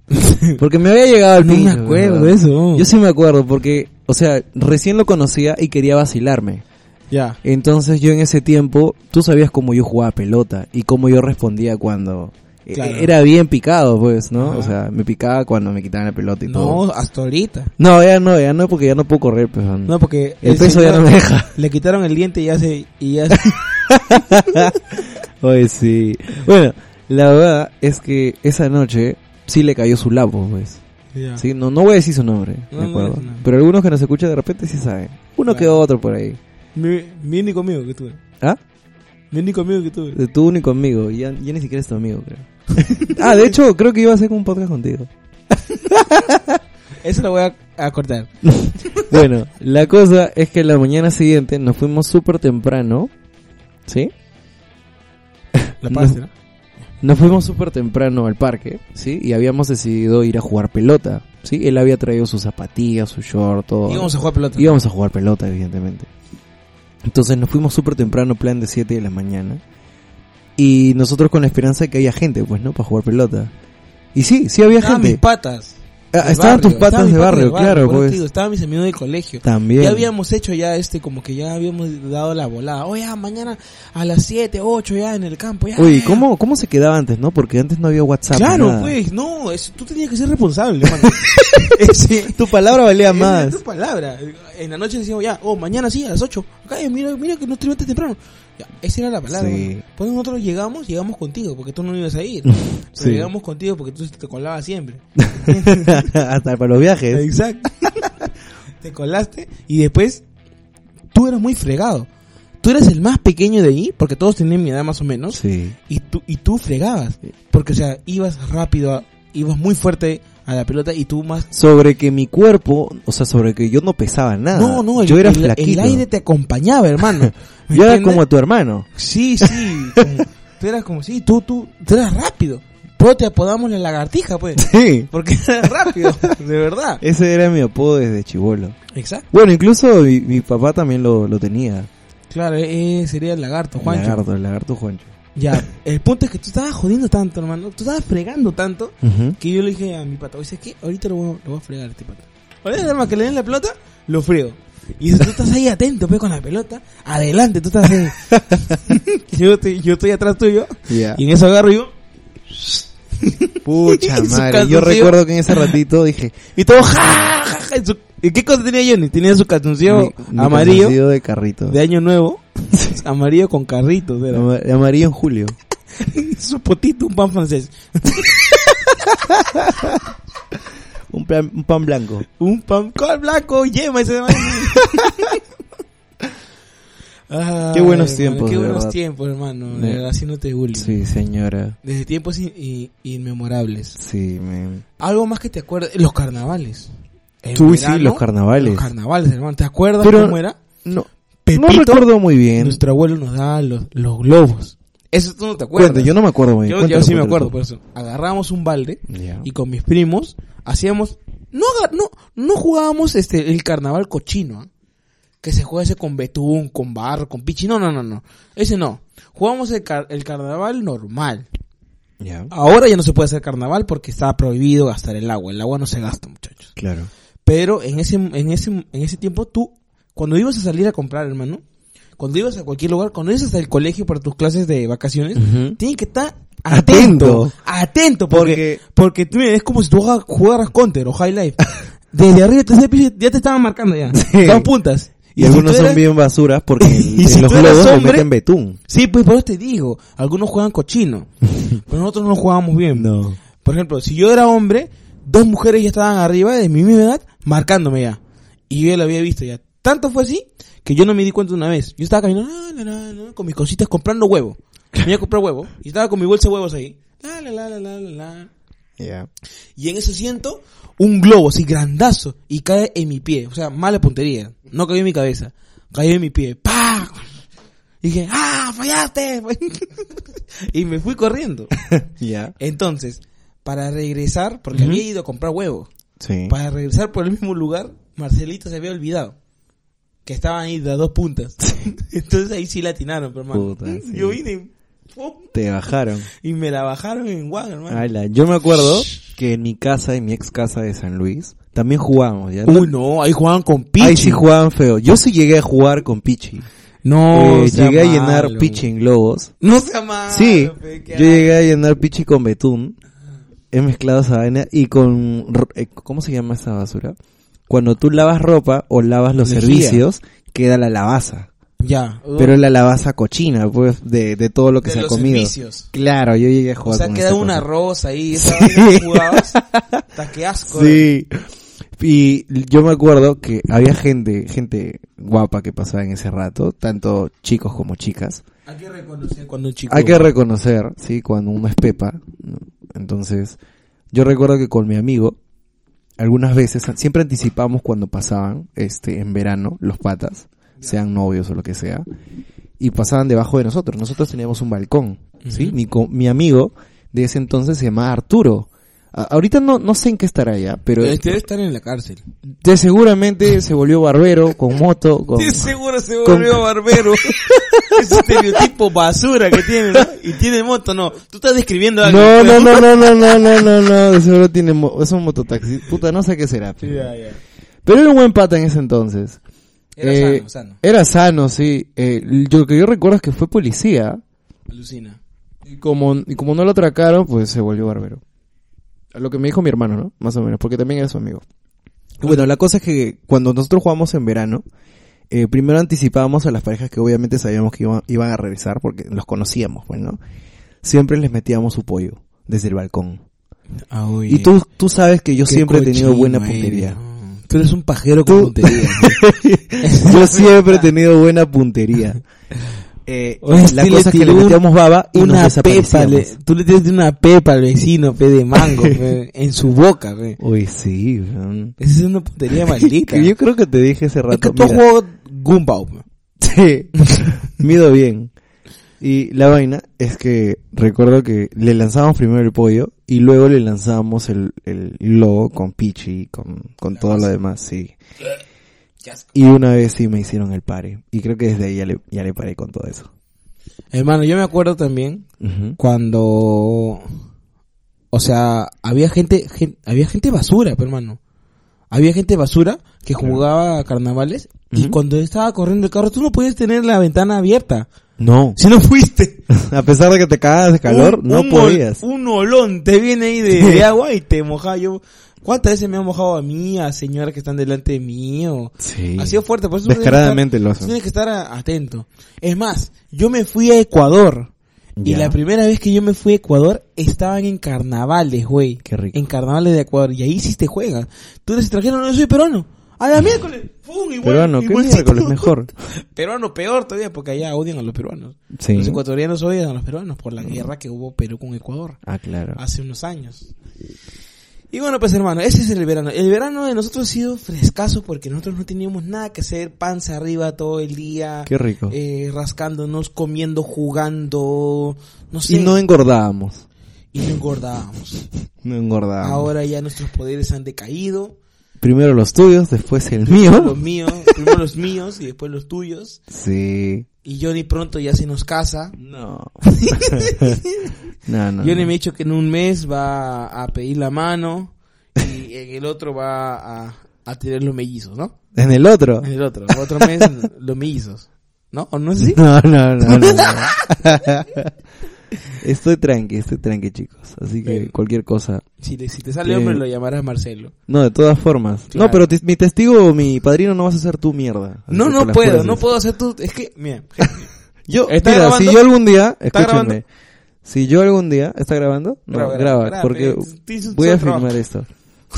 Speaker 1: Porque me había llegado al
Speaker 2: No me
Speaker 1: pincho,
Speaker 2: acuerdo
Speaker 1: weón.
Speaker 2: de eso.
Speaker 1: Yo sí me acuerdo porque, o sea, recién lo conocía y quería vacilarme.
Speaker 2: Ya.
Speaker 1: Entonces yo en ese tiempo, tú sabías cómo yo jugaba pelota y cómo yo respondía cuando eh,
Speaker 2: Claro.
Speaker 1: era bien picado, pues, ¿no?
Speaker 2: Ajá.
Speaker 1: O sea, me picaba cuando me quitaban la pelota y todo.
Speaker 2: No, hasta ahorita.
Speaker 1: No, ya no, ya no, porque ya no puedo correr, pues. weón.
Speaker 2: No, porque...
Speaker 1: El peso ya no me deja.
Speaker 2: Le quitaron el diente y ya se... Y ya se-
Speaker 1: Oye, sí. Bueno, la verdad es que esa noche sí le cayó su lapo, pues.
Speaker 2: Ya.
Speaker 1: Sí, no, no voy a decir su nombre,
Speaker 2: Ah. No,
Speaker 1: me
Speaker 2: no
Speaker 1: acuerdo.
Speaker 2: digas nada.
Speaker 1: Pero algunos que nos escuchan de repente sí saben. Uno
Speaker 2: Claro.
Speaker 1: que otro por ahí.
Speaker 2: Mi, mi único amigo que tuve.
Speaker 1: ¿Ah?
Speaker 2: Mi único amigo que tuve.
Speaker 1: De tu único amigo. Ya, ya ni siquiera es tu amigo, creo. ah, de hecho, creo que iba a hacer un podcast contigo.
Speaker 2: Eso lo voy a, a cortar.
Speaker 1: Bueno, la cosa es que la mañana siguiente nos fuimos súper temprano. ¿Sí?
Speaker 2: La
Speaker 1: No.
Speaker 2: parte, ¿no?
Speaker 1: Nos fuimos súper temprano al parque, ¿sí? Y habíamos decidido ir a jugar pelota, ¿sí? Él había traído sus zapatillas, su short, todo.
Speaker 2: Íbamos a jugar pelota.
Speaker 1: Íbamos a jugar pelota, evidentemente. Entonces nos fuimos súper temprano, plan de 7 de la mañana. Y nosotros con la esperanza de que haya gente, pues, ¿no? Para jugar pelota. Y sí, sí había
Speaker 2: Estaban
Speaker 1: gente.
Speaker 2: mis patas.
Speaker 1: Ah,
Speaker 2: del
Speaker 1: estaban
Speaker 2: barrio,
Speaker 1: tus patas
Speaker 2: mis
Speaker 1: de barrio,
Speaker 2: del
Speaker 1: claro,
Speaker 2: por eso te
Speaker 1: pues.
Speaker 2: digo, Estaban mis amigos del colegio.
Speaker 1: También.
Speaker 2: Ya habíamos hecho ya este, como que ya habíamos dado la volada. Oye, ah, mañana a las 7, 8 ya en el campo. Ya,
Speaker 1: Uy,
Speaker 2: ya.
Speaker 1: ¿cómo, ¿cómo se quedaba antes, no? Porque antes no había WhatsApp.
Speaker 2: Claro,
Speaker 1: nada.
Speaker 2: pues, no, eso, tú tenías que ser responsable, hermano. Ese-
Speaker 1: Tu palabra valía
Speaker 2: esa era
Speaker 1: más.
Speaker 2: tu palabra. En la noche decíamos ya, oh, mañana sí, a las 8. Acá, eh, mira, mira que no te levantes temprano. Ya, esa era la palabra.
Speaker 1: Sí.
Speaker 2: hermano. Pues nosotros llegamos, llegamos contigo, porque tú no ibas a ir.
Speaker 1: Sí.
Speaker 2: Pero llegamos contigo porque tú te colabas siempre.
Speaker 1: Hasta para los viajes.
Speaker 2: Exacto. te colaste y después tú eras muy fregado. Tú eras el más pequeño de ahí, porque todos tenían mi edad más o menos,
Speaker 1: Sí.
Speaker 2: y tú, y tú fregabas. Porque, o sea, ibas rápido, a- ibas muy fuerte a la pelota y tú más...
Speaker 1: Sobre que mi cuerpo, o sea, sobre que yo no pesaba nada.
Speaker 2: No, no, el,
Speaker 1: yo era
Speaker 2: el- el
Speaker 1: flaquito.
Speaker 2: aire te acompañaba, hermano. ¿Me
Speaker 1: Yo era
Speaker 2: entiendes?
Speaker 1: como tu hermano.
Speaker 2: Sí, sí. como- tú eras como, sí, tú, tú, tú eras rápido. Pero te apodamos la lagartija, pues.
Speaker 1: Sí.
Speaker 2: Porque eras rápido, de verdad.
Speaker 1: Ese era mi apodo desde chivolo.
Speaker 2: Exacto.
Speaker 1: Bueno, incluso mi, mi papá también lo, lo tenía.
Speaker 2: Claro, eh, sería el lagarto,
Speaker 1: El
Speaker 2: Juancho.
Speaker 1: lagarto, el lagarto Juancho.
Speaker 2: Ya, el punto es que tú estabas jodiendo tanto, hermano. Tú estabas fregando tanto que yo le dije a mi pata, oye, ¿sabes qué? Ahorita lo voy, a- lo voy a fregar a este pata. ¿Cuál es el arma que le den la pelota? Lo frío. Y si tú estás ahí atento, pues, con la pelota, adelante, tú estás ahí. yo, estoy, yo estoy atrás tuyo.
Speaker 1: Ya.
Speaker 2: Y en eso agarro yo.
Speaker 1: Pucha
Speaker 2: en su
Speaker 1: madre.
Speaker 2: calzoncillo.
Speaker 1: Yo recuerdo que en ese ratito dije.
Speaker 2: Y todo, ja, ja, ja, en su- ¿Y qué cosa tenía Johnny? Tenía su calzoncillo
Speaker 1: mi- mi
Speaker 2: amarillo
Speaker 1: calzoncillo de carrito.
Speaker 2: de año nuevo. amarillo con carritos, era.
Speaker 1: Ama- Amarillo en julio.
Speaker 2: su potito, un pan francés.
Speaker 1: Un, plan- un pan blanco.
Speaker 2: Un pan con blanco, yema ese man. Ay,
Speaker 1: Qué buenos
Speaker 2: hermano,
Speaker 1: tiempos,
Speaker 2: Qué
Speaker 1: de
Speaker 2: buenos
Speaker 1: verdad.
Speaker 2: tiempos, hermano.
Speaker 1: Sí.
Speaker 2: De verdad, así no te bullying.
Speaker 1: Sí, señora.
Speaker 2: Desde tiempos in- in- inmemorables.
Speaker 1: Sí, men.
Speaker 2: Algo más que te acuerdes. Los carnavales. En
Speaker 1: Uy, sí,
Speaker 2: verano,
Speaker 1: los carnavales.
Speaker 2: Los carnavales, hermano. ¿Te acuerdas
Speaker 1: Pero-
Speaker 2: cómo era?
Speaker 1: No,
Speaker 2: Pepito,
Speaker 1: no recuerdo muy bien.
Speaker 2: nuestro abuelo nos daba los, los globos. Eso tú no te acuerdas.
Speaker 1: Cuenta, yo no me acuerdo pues. muy bien.
Speaker 2: Yo- yo
Speaker 1: Cuéntalo,
Speaker 2: sí me
Speaker 1: cuéntalo
Speaker 2: acuerdo,
Speaker 1: tú.
Speaker 2: por eso. Agarrábamos un balde
Speaker 1: Ya.
Speaker 2: y con mis primos hacíamos no aga- no no jugábamos este el carnaval cochino ¿ah? que se juega ese con betún con barro con pichi no no no no ese no jugábamos el, car- el carnaval normal
Speaker 1: Ya.
Speaker 2: ahora ya no se puede hacer carnaval porque está prohibido gastar el agua el agua no se gasta muchachos
Speaker 1: Claro.
Speaker 2: pero en ese en ese en ese tiempo tú cuando ibas a salir a comprar hermano cuando ibas a cualquier lugar cuando ibas hasta el colegio para tus clases de vacaciones
Speaker 1: Ujú.
Speaker 2: tienes que estar atento.
Speaker 1: Atento.
Speaker 2: Atento, porque, porque, tú, mira, es como si tú juega- jugaras Counter o High Life. Desde arriba, tercer piso, ya te estaban marcando ya.
Speaker 1: Sí.
Speaker 2: Dos puntas.
Speaker 1: Y,
Speaker 2: si
Speaker 1: algunos
Speaker 2: tú eras-
Speaker 1: son bien basuras porque
Speaker 2: Y
Speaker 1: en
Speaker 2: si
Speaker 1: los
Speaker 2: tú eres
Speaker 1: globos le
Speaker 2: hombre-
Speaker 1: meten betún.
Speaker 2: Sí, pues por eso te digo, algunos juegan cochino, pero nosotros no jugábamos bien.
Speaker 1: No.
Speaker 2: Por ejemplo, si yo era hombre, dos mujeres ya estaban arriba de mi misma edad marcándome ya. Y yo ya lo había visto ya. Tanto fue así que yo no me di cuenta una vez. Yo estaba caminando "Ah, la, la, la, la, con mis cositas comprando huevo. Me iba a comprar huevo y estaba con mi bolsa de huevos ahí. La, la, la, la, la, la, la.
Speaker 1: Ya.
Speaker 2: Y en eso siento un globo así grandazo y cae en mi pie. O sea, mala puntería. No cayó en mi cabeza. Cayó en mi pie. ¡Pah! Y dije, ¡ah! ¡Fallaste! y me fui corriendo.
Speaker 1: Ya.
Speaker 2: Entonces, para regresar, porque había ido a comprar huevo,
Speaker 1: Sí.
Speaker 2: para regresar por el mismo lugar, Marcelito se había olvidado. Que estaban ahí de las dos puntas. Entonces ahí sí latinaron, pero hermano.
Speaker 1: Puta, sí.
Speaker 2: Yo vine ¡pum!
Speaker 1: Te bajaron.
Speaker 2: y me la bajaron en guan, hermano.
Speaker 1: Ala, Yo me acuerdo que en mi casa, en mi ex casa de San Luis, también jugábamos. ¿ya?
Speaker 2: Uy, no, ahí jugaban con pichi.
Speaker 1: Ahí sí jugaban feo. Yo sí llegué a jugar con Pichi.
Speaker 2: No,
Speaker 1: Eh,
Speaker 2: sea
Speaker 1: llegué a
Speaker 2: malo,
Speaker 1: llenar
Speaker 2: güey.
Speaker 1: Pichi en globos.
Speaker 2: Ah, No sea malo.
Speaker 1: sí,
Speaker 2: pe, qué
Speaker 1: yo llegué a llenar Pichi con betún. He mezclado esa vaina y con... ro- eh, ¿Cómo se llama esa basura? Cuando tú lavas ropa o lavas los
Speaker 2: Lejía.
Speaker 1: servicios, queda la lavaza.
Speaker 2: Ya.
Speaker 1: Pero es la lavaza cochina, pues, de, de todo lo que
Speaker 2: Uh. De
Speaker 1: se ha
Speaker 2: los
Speaker 1: comido.
Speaker 2: servicios.
Speaker 1: Claro, yo llegué a
Speaker 2: o
Speaker 1: jugar
Speaker 2: sea,
Speaker 1: con
Speaker 2: queda
Speaker 1: esa
Speaker 2: un
Speaker 1: cosa.
Speaker 2: arroz ahí, esa vaina que jugabas. Hasta que asco.
Speaker 1: Sí.
Speaker 2: eh.
Speaker 1: Y yo me acuerdo que había gente, gente guapa que pasaba en ese rato, tanto chicos como chicas.
Speaker 2: Hay que reconocer cuando un chico.
Speaker 1: Hay que reconocer, sí, cuando uno es pepa. ¿no? Entonces, yo recuerdo que con mi amigo, algunas veces, siempre anticipamos cuando pasaban, este, en verano, los patas, sean novios o lo que sea, y pasaban debajo de nosotros. Nosotros teníamos un balcón, sí.
Speaker 2: Ujú.
Speaker 1: Mi, co- mi amigo de ese entonces se llamaba Arturo. A- ahorita no, no sé en qué estará ya, pero
Speaker 2: Pero este debe estar en la cárcel.
Speaker 1: de seguramente se volvió barbero, con moto, con...
Speaker 2: Sí, seguro se
Speaker 1: con-
Speaker 2: volvió barbero. es un estereotipo basura que tiene, ¿no? Y tiene moto, no. Tú estás describiendo algo. pues.
Speaker 1: No, no, no, no, no, no, no, no, no, de seguro tiene, mo- es un mototaxi, puta, no sé qué será.
Speaker 2: Sí, ya, ya.
Speaker 1: Pero era un buen pata en ese entonces.
Speaker 2: Era
Speaker 1: Eh,
Speaker 2: sano, sano.
Speaker 1: Era sano, sí. Eh, lo que yo recuerdo es que fue policía.
Speaker 2: Alucina.
Speaker 1: Y como, y como no lo atracaron, pues se volvió barbero. A lo que me dijo mi hermano, ¿no? Más o menos, porque también era su amigo. Y bueno, la cosa es que cuando nosotros jugamos en verano, eh, primero anticipábamos a las parejas que obviamente sabíamos que iban, iban a regresar porque los conocíamos, pues, ¿no? Siempre les metíamos su pollo desde el balcón.
Speaker 2: Ah,
Speaker 1: Y tú, tú sabes que yo siempre he tenido buena puntería.
Speaker 2: Tú eres un pajero
Speaker 1: Tú-
Speaker 2: con puntería. ¿no?
Speaker 1: Yo siempre he tenido buena puntería. Eh,
Speaker 2: Oye,
Speaker 1: la
Speaker 2: sí le
Speaker 1: cosa es que le
Speaker 2: tiró un-
Speaker 1: metíamos baba y nos
Speaker 2: una pepa,
Speaker 1: desaparecíamos.
Speaker 2: le- tú le tienes una pepa al vecino, pe, de mango, pe, en su boca, pe.
Speaker 1: Uy, sí. weón.
Speaker 2: Esa es una puntería maldita.
Speaker 1: Que yo creo que te dije ese
Speaker 2: es
Speaker 1: rato.
Speaker 2: que tú has
Speaker 1: mira,
Speaker 2: jugado Gumbao, pe.
Speaker 1: sí, mido bien. Y la vaina es que recuerdo que le lanzábamos primero el pollo y luego le lanzábamos el, el globo con Pichi, con, con todo lo demás, sí.
Speaker 2: Qué asco.
Speaker 1: Y una vez sí me hicieron el pare. Y creo que desde ahí ya le, ya le paré con todo eso.
Speaker 2: Hermano, yo me acuerdo también
Speaker 1: Ujú.
Speaker 2: cuando o sea había gente, gen- había gente basura pe, hermano había gente basura que jugaba a carnavales y
Speaker 1: Ujú.
Speaker 2: cuando estaba corriendo el carro tú no podías tener la ventana abierta.
Speaker 1: No.
Speaker 2: Si no fuiste.
Speaker 1: A pesar de que te cagabas de calor,
Speaker 2: Un-
Speaker 1: no
Speaker 2: un ol-
Speaker 1: podías.
Speaker 2: Un olón te viene ahí de, de agua y te moja. Yo, ¿cuántas veces me han mojado a mí, a señoras que están delante de mí? O...
Speaker 1: Sí.
Speaker 2: Ha sido fuerte, por eso tienes que
Speaker 1: Descaradamente lo
Speaker 2: estar-
Speaker 1: hacen.
Speaker 2: Tienes que estar a- atento. Es más, yo me fui a Ecuador. Y
Speaker 1: Ya.
Speaker 2: la primera vez que yo me fui a Ecuador, estaban en carnavales, güey.
Speaker 1: Qué rico.
Speaker 2: En carnavales de Ecuador. Y ahí sí te juegan. Tú eres extranjero, no, yo soy peruano. A la miércoles. ¡Pum! Igual,
Speaker 1: Peruano, qué
Speaker 2: igualcito.
Speaker 1: miércoles mejor.
Speaker 2: Peruano peor todavía, porque allá odian a los peruanos.
Speaker 1: Sí.
Speaker 2: Los ecuatorianos odian a los peruanos por la guerra que hubo Perú con Ecuador
Speaker 1: Ah, claro.
Speaker 2: hace unos años. Y bueno, pues hermano, ese es el verano. El verano de nosotros ha sido frescazo porque nosotros no teníamos nada que hacer, panza arriba todo el día,
Speaker 1: Qué rico.
Speaker 2: eh, rascándonos, comiendo, jugando, no sé,
Speaker 1: Y no engordábamos.
Speaker 2: y no engordábamos.
Speaker 1: No engordábamos.
Speaker 2: Ahora ya nuestros poderes han decaído,
Speaker 1: Primero los tuyos, después el mío.
Speaker 2: los míos, primero los míos y después los tuyos.
Speaker 1: Sí.
Speaker 2: Y Johnny pronto ya se nos casa.
Speaker 1: No. no, no.
Speaker 2: Johnny
Speaker 1: no.
Speaker 2: me ha dicho que en un mes va a pedir la mano y en el otro va a, a tirar los mellizos, ¿no?
Speaker 1: En el otro.
Speaker 2: En el otro, otro mes los mellizos. ¿No? ¿O no es así?
Speaker 1: No, no, no, no, no. estoy tranqui, estoy tranqui, chicos. Así que
Speaker 2: Bien.
Speaker 1: cualquier cosa.
Speaker 2: Si, le- si te sale
Speaker 1: Sí.
Speaker 2: hombre lo llamarás Marcelo.
Speaker 1: No, de todas formas.
Speaker 2: Claro.
Speaker 1: No, pero tes- mi testigo, mi padrino, no vas a ser tu mierda. Así
Speaker 2: No,
Speaker 1: que
Speaker 2: no
Speaker 1: por las
Speaker 2: puedo,
Speaker 1: puras
Speaker 2: no
Speaker 1: es.
Speaker 2: puedo hacer tú. Es que, mira,
Speaker 1: Yo,
Speaker 2: ¿Está
Speaker 1: mira,
Speaker 2: grabando?
Speaker 1: si yo algún día,
Speaker 2: grabando?
Speaker 1: escúchenme. Si yo algún día, ¿está grabando? No,
Speaker 2: Graba,
Speaker 1: graba,
Speaker 2: graba, graba,
Speaker 1: porque
Speaker 2: pero te hice un
Speaker 1: voy a
Speaker 2: solo trabajo.
Speaker 1: filmar esto.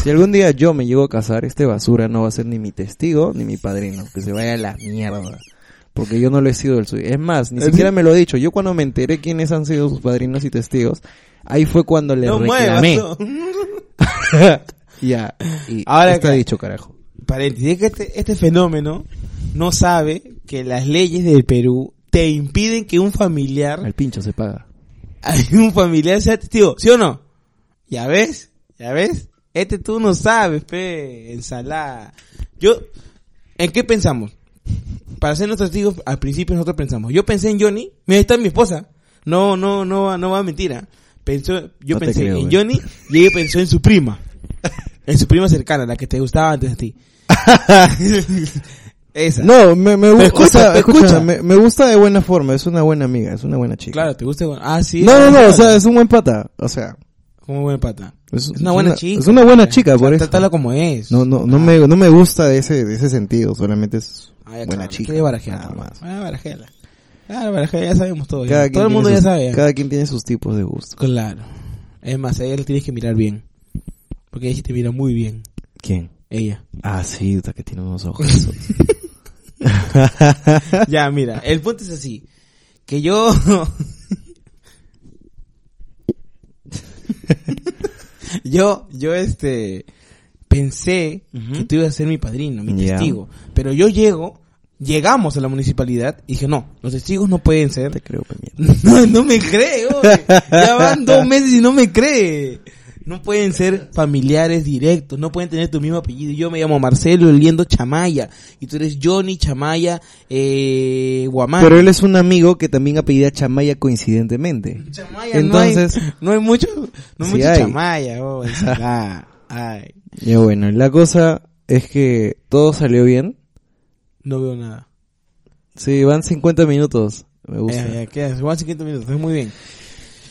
Speaker 1: Si algún día yo me llego a casar, este basura no va a ser ni mi testigo ni mi padrino, que se vaya a la mierda. Porque yo no lo he sido el suyo. Es más, ni
Speaker 2: ¿Sí?
Speaker 1: siquiera me lo he dicho. Yo cuando me enteré quiénes han sido sus padrinos y testigos, ahí fue cuando le
Speaker 2: no muevas.
Speaker 1: reclamé.
Speaker 2: no.
Speaker 1: ya. Y
Speaker 2: Ahora
Speaker 1: Ahora está
Speaker 2: que-
Speaker 1: dicho, carajo.
Speaker 2: Paréntesis, es que este, este fenómeno no sabe que las leyes del Perú te impiden que un familiar,
Speaker 1: Al pincho se paga.
Speaker 2: un familiar sea testigo, ¿sí o no? ¿Ya ves? ¿Ya ves? Este tú no sabes, pe, ensalada. Yo, ¿en qué pensamos? Para ser nuestros testigos, al principio nosotros pensamos, yo pensé en Johnny, mira, ahí está mi esposa. No, no, no, va- no va a mentira. Pensó, yo
Speaker 1: No te
Speaker 2: pensé
Speaker 1: creo,
Speaker 2: en
Speaker 1: güey.
Speaker 2: Johnny y ella pensó en su prima. En su prima cercana, la que te gustaba antes de ti. Esa.
Speaker 1: No, me, me gusta,
Speaker 2: Pero escucha,
Speaker 1: o sea,
Speaker 2: pero escucha.
Speaker 1: escucha, me, me gusta de buena forma, es una buena amiga, es una buena chica.
Speaker 2: Claro, te gusta. Ah, sí.
Speaker 1: no, no,
Speaker 2: ah,
Speaker 1: no, o
Speaker 2: claro.
Speaker 1: sea, es un buen pata, o sea,
Speaker 2: Como buen pata.
Speaker 1: es,
Speaker 2: Es una buena chica.
Speaker 1: Es una buena
Speaker 2: ya.
Speaker 1: chica,
Speaker 2: O sea,
Speaker 1: por eso.
Speaker 2: Trátala como es.
Speaker 1: No, no, no me, no me gusta de ese, de ese sentido, solamente es
Speaker 2: Ah, ya,
Speaker 1: buena
Speaker 2: claro,
Speaker 1: chica.
Speaker 2: Quiere barajear.
Speaker 1: nada
Speaker 2: nomás.
Speaker 1: más.
Speaker 2: Ah, barajela. Claro, barajela, ya sabemos todo. ya.
Speaker 1: Cada quien
Speaker 2: Todo el
Speaker 1: tiene
Speaker 2: mundo ya
Speaker 1: sus-
Speaker 2: sabe. ya.
Speaker 1: Cada quien tiene sus tipos de gusto.
Speaker 2: Claro. Es más, a ella le tienes que mirar bien. Porque ella sí te mira muy bien.
Speaker 1: ¿Quién?
Speaker 2: Ella.
Speaker 1: Ah, sí, puta, que tiene unos ojos.
Speaker 2: ya, mira, el punto es así. Que yo... yo, yo este... Pensé que tú ibas a ser mi padrino, mi
Speaker 1: Ya.
Speaker 2: testigo. Pero yo llego, llegamos a la municipalidad y dije, no, los testigos no pueden ser
Speaker 1: Te creo, pe mierda.
Speaker 2: No, no me cree, oye. Ya van dos meses y no me cree. No pueden ser familiares directos, no pueden tener tu mismo apellido. Yo me llamo Marcelo Eliendo Chamaya y tú eres Johnny Chamaya eh, Guamán.
Speaker 1: Pero él es un amigo que también apellida Chamaya coincidentemente.
Speaker 2: Chamaya,
Speaker 1: Entonces,
Speaker 2: no hay, no hay mucho, no hay
Speaker 1: Sí
Speaker 2: mucho
Speaker 1: hay.
Speaker 2: Chamaya. oh, ensalada. Ay,
Speaker 1: ya bueno, la cosa es que todo salió bien.
Speaker 2: no veo nada.
Speaker 1: Sí, van 50 minutos. Me gusta.
Speaker 2: Ya, ya, quedan igual 50 minutos, es muy bien.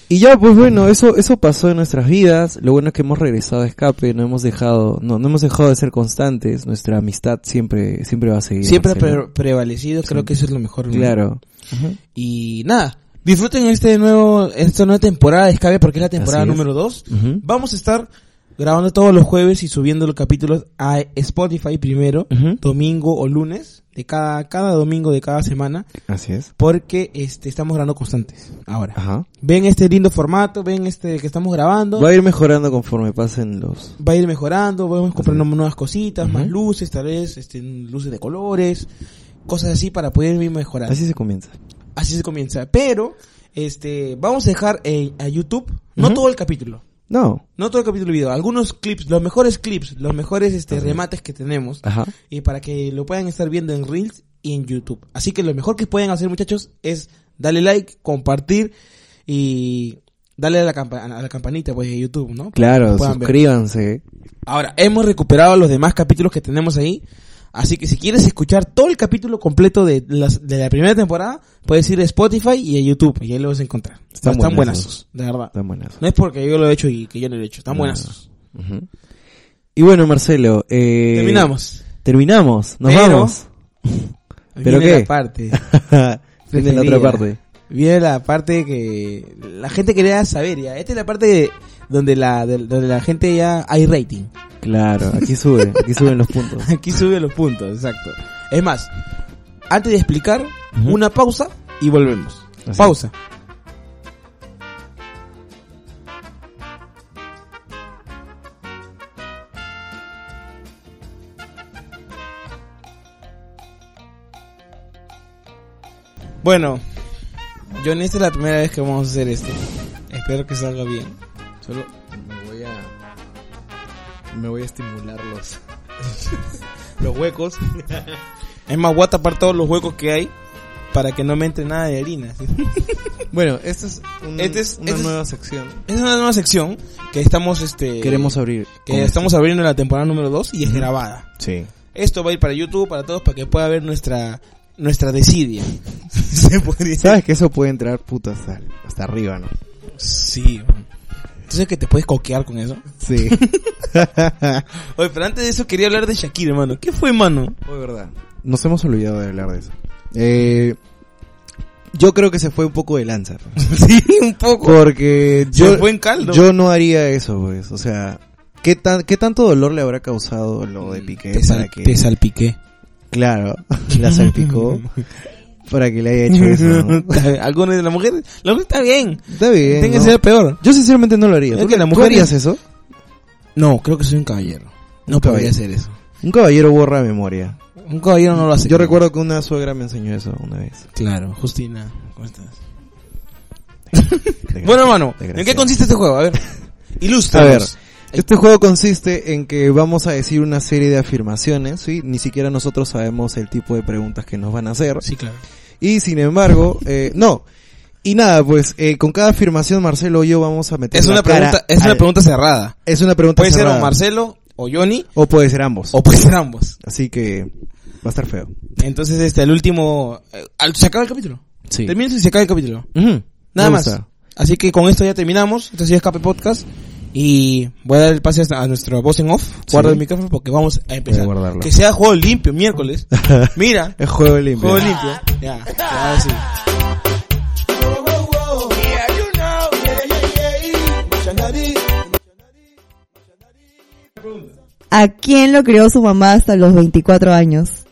Speaker 1: Y ya, pues bueno, eso, eso pasó en nuestras vidas. Lo bueno es que hemos regresado a escape, no hemos dejado, no, no hemos dejado de ser constantes. Nuestra amistad siempre, siempre va a seguir.
Speaker 2: Siempre ha
Speaker 1: Marcelo.
Speaker 2: pre- prevalecido, creo que eso es lo mejor. ¿no?
Speaker 1: Claro.
Speaker 2: Y nada, disfruten este nuevo, esta nueva temporada de Escape porque es la temporada
Speaker 1: Así es.
Speaker 2: número 2.
Speaker 1: Ujú.
Speaker 2: Vamos a estar grabando todos los jueves y subiendo los capítulos a Spotify primero,
Speaker 1: Ujú.
Speaker 2: domingo o lunes, de cada, cada domingo de cada semana,
Speaker 1: Así es.
Speaker 2: porque este, estamos grabando constantes ahora.
Speaker 1: Ajá.
Speaker 2: Ven este lindo formato, ven este que estamos grabando.
Speaker 1: Va a ir mejorando conforme pasen los.
Speaker 2: Va a ir mejorando, vamos comprando nuevas cositas, más
Speaker 1: Ujú.
Speaker 2: luces, tal vez este, luces de colores, cosas así para poder ir mejorando.
Speaker 1: Así se comienza.
Speaker 2: Así se comienza. Pero, este, vamos a dejar eh, a YouTube, no
Speaker 1: Ujú.
Speaker 2: todo el capítulo,
Speaker 1: No.
Speaker 2: no todo el capítulo de video, algunos clips, los mejores clips, los mejores este, remates que tenemos,
Speaker 1: Ajá.
Speaker 2: y para que lo puedan estar viendo en Reels y en YouTube. Así que lo mejor que pueden hacer, muchachos, es darle like, compartir y Dale a la, campa- a la campanita pues, de YouTube, ¿no?
Speaker 1: Claro,
Speaker 2: Puedan ver.
Speaker 1: suscríbanse.
Speaker 2: Ahora, hemos recuperado los demás capítulos que tenemos ahí. Así que si quieres escuchar todo el capítulo completo de, las- de la primera temporada, puedes ir a Spotify y a YouTube. Y ahí lo vas a encontrar.
Speaker 1: Están
Speaker 2: Están,
Speaker 1: buenazos.
Speaker 2: buenazos, de verdad.
Speaker 1: Están buenas.
Speaker 2: No es porque yo lo he hecho y que yo no lo he hecho. Están
Speaker 1: No.
Speaker 2: buenazos.
Speaker 1: Ujú. Y bueno, Marcelo. eh,
Speaker 2: Terminamos.
Speaker 1: Terminamos. Nos
Speaker 2: Pero-
Speaker 1: vamos. ¿pero
Speaker 2: viene
Speaker 1: qué?
Speaker 2: la parte.
Speaker 1: Viene la otra
Speaker 2: Preferida.
Speaker 1: parte.
Speaker 2: Viene la parte que la gente quería saber ya. Esta es la parte de- donde la de- donde la gente ya hay rating.
Speaker 1: Claro, aquí sube. Aquí suben los puntos.
Speaker 2: Aquí sube los puntos, exacto. Es más, antes de explicar,
Speaker 1: Ujú.
Speaker 2: una pausa y volvemos.
Speaker 1: Así es.
Speaker 2: Pausa. Bueno, Johnny, esta es la primera vez que vamos a hacer esto. Espero que salga bien. Solo
Speaker 4: Me voy a. Me voy a estimular los.
Speaker 2: los huecos. es más, voy a tapar todos los huecos que hay para que no me entre nada de harina. ¿sí?
Speaker 4: Bueno, esta es, un-
Speaker 2: Este es-
Speaker 4: una
Speaker 2: este es-
Speaker 4: nueva sección.
Speaker 2: Es una nueva sección que estamos este
Speaker 1: Queremos abrir.
Speaker 2: que estamos abriendo en la temporada número 2 y es grabada.
Speaker 1: Sí.
Speaker 2: Esto va a ir para YouTube, para todos, para que pueda ver nuestra nuestra desidia. Se podría
Speaker 1: Sabes que eso puede entrar puta hasta, hasta arriba, ¿no?
Speaker 2: Sí. Entonces que te puedes coquear con eso.
Speaker 1: Sí.
Speaker 2: Oye, pero antes de eso quería hablar de Shakira, mano. ¿Qué fue, mano?
Speaker 1: Muy verdad. Nos hemos olvidado de hablar de eso. Eh, yo creo que se fue un poco de lanza. pues.
Speaker 2: sí, un poco.
Speaker 1: Porque yo,
Speaker 2: Se fue en caldo.
Speaker 1: yo no haría eso, pues. O sea, ¿qué, tan, ¿qué tanto dolor le habrá causado lo de Piqué?
Speaker 2: Mm, te, sal-
Speaker 1: para que,
Speaker 2: te salpiqué.
Speaker 1: claro, la salpicó para que le haya hecho eso. ¿no?
Speaker 2: Algunas de las mujeres, la mujer está bien.
Speaker 1: Está bien.
Speaker 2: Tiene que
Speaker 1: ¿no?
Speaker 2: ser peor.
Speaker 1: Yo sinceramente no lo haría.
Speaker 2: Es
Speaker 1: ¿Tú,
Speaker 2: que la
Speaker 1: tú
Speaker 2: mujer-
Speaker 1: harías eso?
Speaker 2: No, creo que soy un caballero. No podría
Speaker 1: caballero.
Speaker 2: hacer eso.
Speaker 1: Un caballero borra memoria.
Speaker 2: Un caballero no lo hace.
Speaker 1: Yo recuerdo que una suegra me enseñó eso una vez.
Speaker 2: Claro, Justina, ¿cómo estás? Bueno, hermano, ¿en qué
Speaker 1: Desgraciado.
Speaker 2: consiste este juego? A ver, ilustra.
Speaker 1: A ver, Este juego consiste en que vamos a decir una serie de afirmaciones, ¿sí? Ni siquiera nosotros sabemos el tipo de preguntas que nos van a hacer.
Speaker 2: Sí, claro.
Speaker 1: Y sin embargo, eh, no. Y nada, pues eh, con cada afirmación Marcelo y yo vamos a meter
Speaker 2: Es
Speaker 1: la
Speaker 2: una
Speaker 1: cara
Speaker 2: pregunta, es una
Speaker 1: al-
Speaker 2: pregunta cerrada.
Speaker 1: es una pregunta
Speaker 2: Puede ser o
Speaker 1: cerrada.
Speaker 2: Marcelo, o Johnny,
Speaker 1: o puede ser ambos.
Speaker 2: o puede ser ambos.
Speaker 1: Así que va a estar feo.
Speaker 2: Entonces, este, el último, eh, al- se acaba el capítulo.
Speaker 1: Sí.
Speaker 2: Termina y se acaba el capítulo.
Speaker 1: Ujú,
Speaker 2: Nada
Speaker 1: me
Speaker 2: más.
Speaker 1: gusta.
Speaker 2: Así que con esto ya terminamos. Esto ha sido Escape Podcast. Y voy a dar el pase hasta a nuestro voz en off. Guarda el micrófono porque vamos a empezar.
Speaker 1: Voy a guardarlo.
Speaker 2: Que sea juego limpio miércoles. Mira,
Speaker 1: Es juego limpio.
Speaker 2: juego limpio. Ya, ya sí.
Speaker 5: ¿A quién lo crió su mamá hasta los 24 años?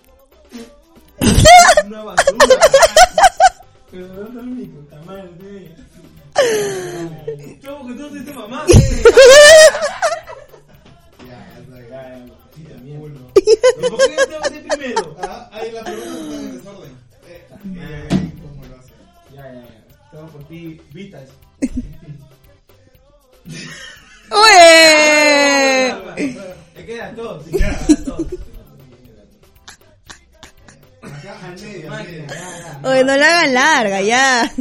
Speaker 5: ¡Ué! Oye, no la hagan larga, ya.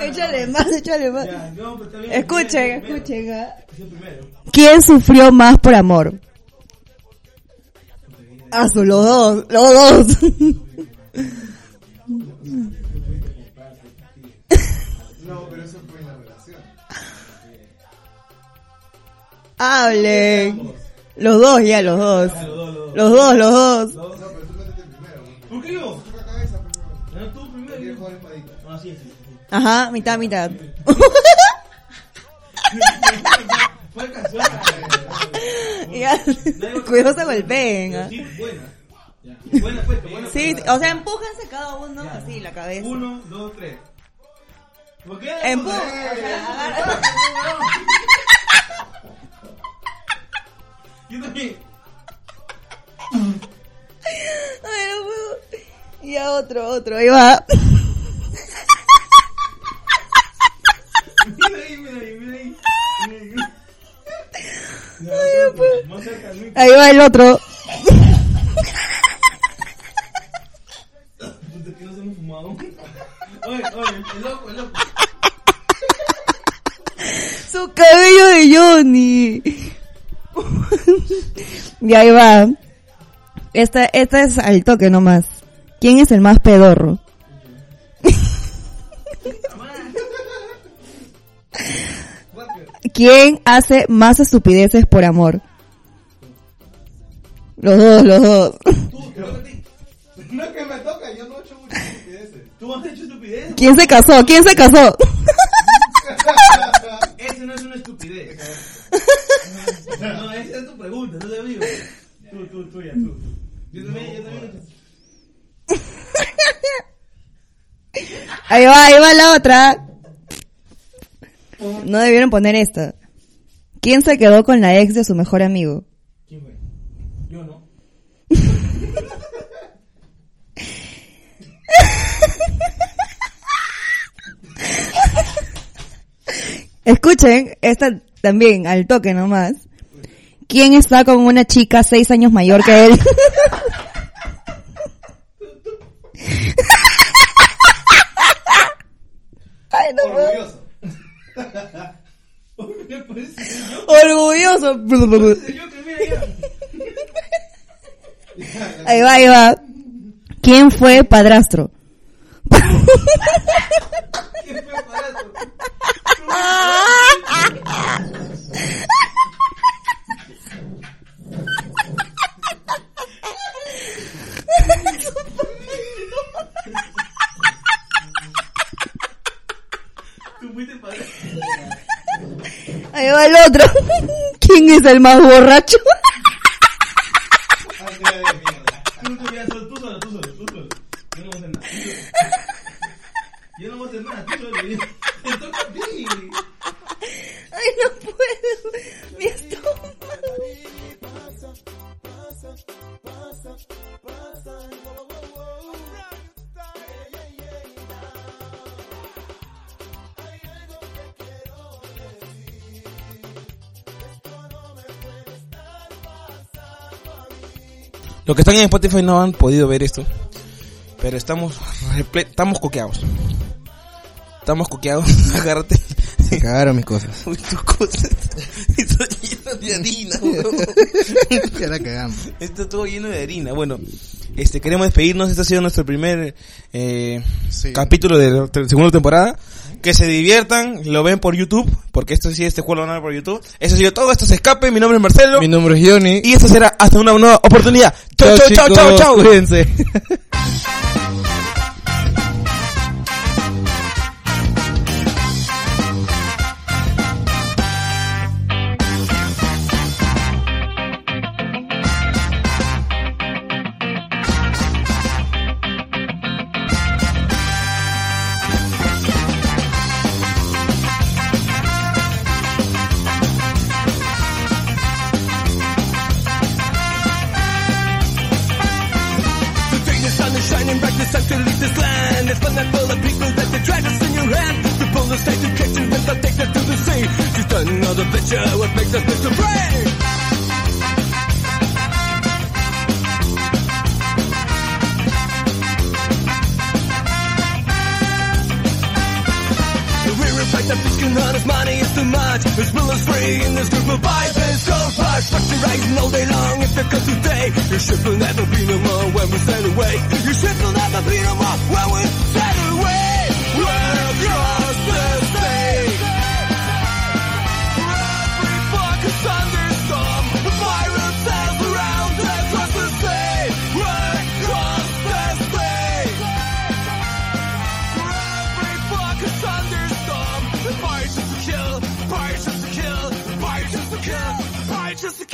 Speaker 5: Échale más, échale más. Escuchen, escuchen. ah. ¿Quién sufrió más por amor? A su, Ah, los dos, los dos. Hablen. Los dos, ya, los dos. Los dos, los dos. Ajá, mitad, mitad. Ya, Cuidado se golpeen. ¿ah? Sí, o sea, empújense cada uno así la cabeza. Uno, dos, tres. Empújense. o sea, agarra- pues, Ay, no puedo. Y a otro, otro, ahí va. pues. Ahí va el otro. Su cabello de Johnny. y ahí va. Esta, esta es al toque nomás. ¿Quién es el más pedorro? ¿Quién hace más estupideces por amor? Los dos, los dos.
Speaker 6: No es que me toca, yo no he hecho muchas estupideces. Tú has hecho estupideces.
Speaker 5: ¿Quién se casó? ¿Quién se casó?
Speaker 6: Ese no es una estupidez. No, esa es tu pregunta, no te digo. Tú, tú, tú, ya, tú. Yo también, yo también.
Speaker 5: Ahí va, ahí va la otra. No debieron poner esta. ¿Quién se quedó con la ex de su mejor amigo?
Speaker 6: ¿Quién fue? Yo no.
Speaker 5: Escuchen, esta también, al toque nomás. ¿Quién está con una chica seis años mayor que él? Ay, no puedo.
Speaker 6: Orgulloso. Pues,
Speaker 5: Orgulloso.
Speaker 6: yo que mira, ya.
Speaker 5: Ahí va, ahí va. ¿Quién fue padrastro?
Speaker 6: ¿Qué fue para eso? Tú fuiste para eso.
Speaker 5: Ahí va el otro. ¿Quién es el más borracho?
Speaker 6: Ah, qué de mierda. Tú, tú, ya, tú, tú solo, tú solo, tú solo. Yo no voy a hacer nada. Yo no voy a hacer nada, tú solo. Te toca a ti.
Speaker 5: Ay, no puedo. Mi estómago.
Speaker 2: Los que están en Spotify no han podido ver esto. Pero estamos reple- estamos coqueados. Estamos coqueados. Agárrate.
Speaker 4: Se cagaron mis cosas.
Speaker 2: Uy, tus cosas. Está lleno de harina, weón.
Speaker 4: ya la cagamos.
Speaker 2: Está todo lleno de harina. Bueno, este queremos despedirnos. Este ha sido nuestro primer eh,
Speaker 4: Sí.
Speaker 2: capítulo de la te- segunda temporada. Que se diviertan, lo ven por YouTube, porque esto sí, este juego lo van a ver por YouTube. Eso ha sido todo, esto se escape, mi nombre es Marcelo.
Speaker 4: Mi nombre es Johnny.
Speaker 2: Y esto será hasta una nueva oportunidad. Chau, chau, chau, chau,
Speaker 4: chicos,
Speaker 2: chau.
Speaker 4: Cuídense.
Speaker 7: The train is on and shining bright, it's time to leave this land. It's one night full of people that the dragons in your hand. The bullets take the kitchen with the take to the sea. She's done another picture, what makes us Mr. Brave? The rear effect of thinking on his money is too much. His will is free in this group of vibes and soul parts. Structurizing all day long if there comes a day. Your ship will never be no more when we sail away. Your ship will never be no more when we sail away. We're across the sea. Every fuck is thunderstorm. The viral sails around across the sea. We're across the sea. Every fuck a thunderstorm. Fire just to kill, fire just to kill, fire just to kill, fire just to kill.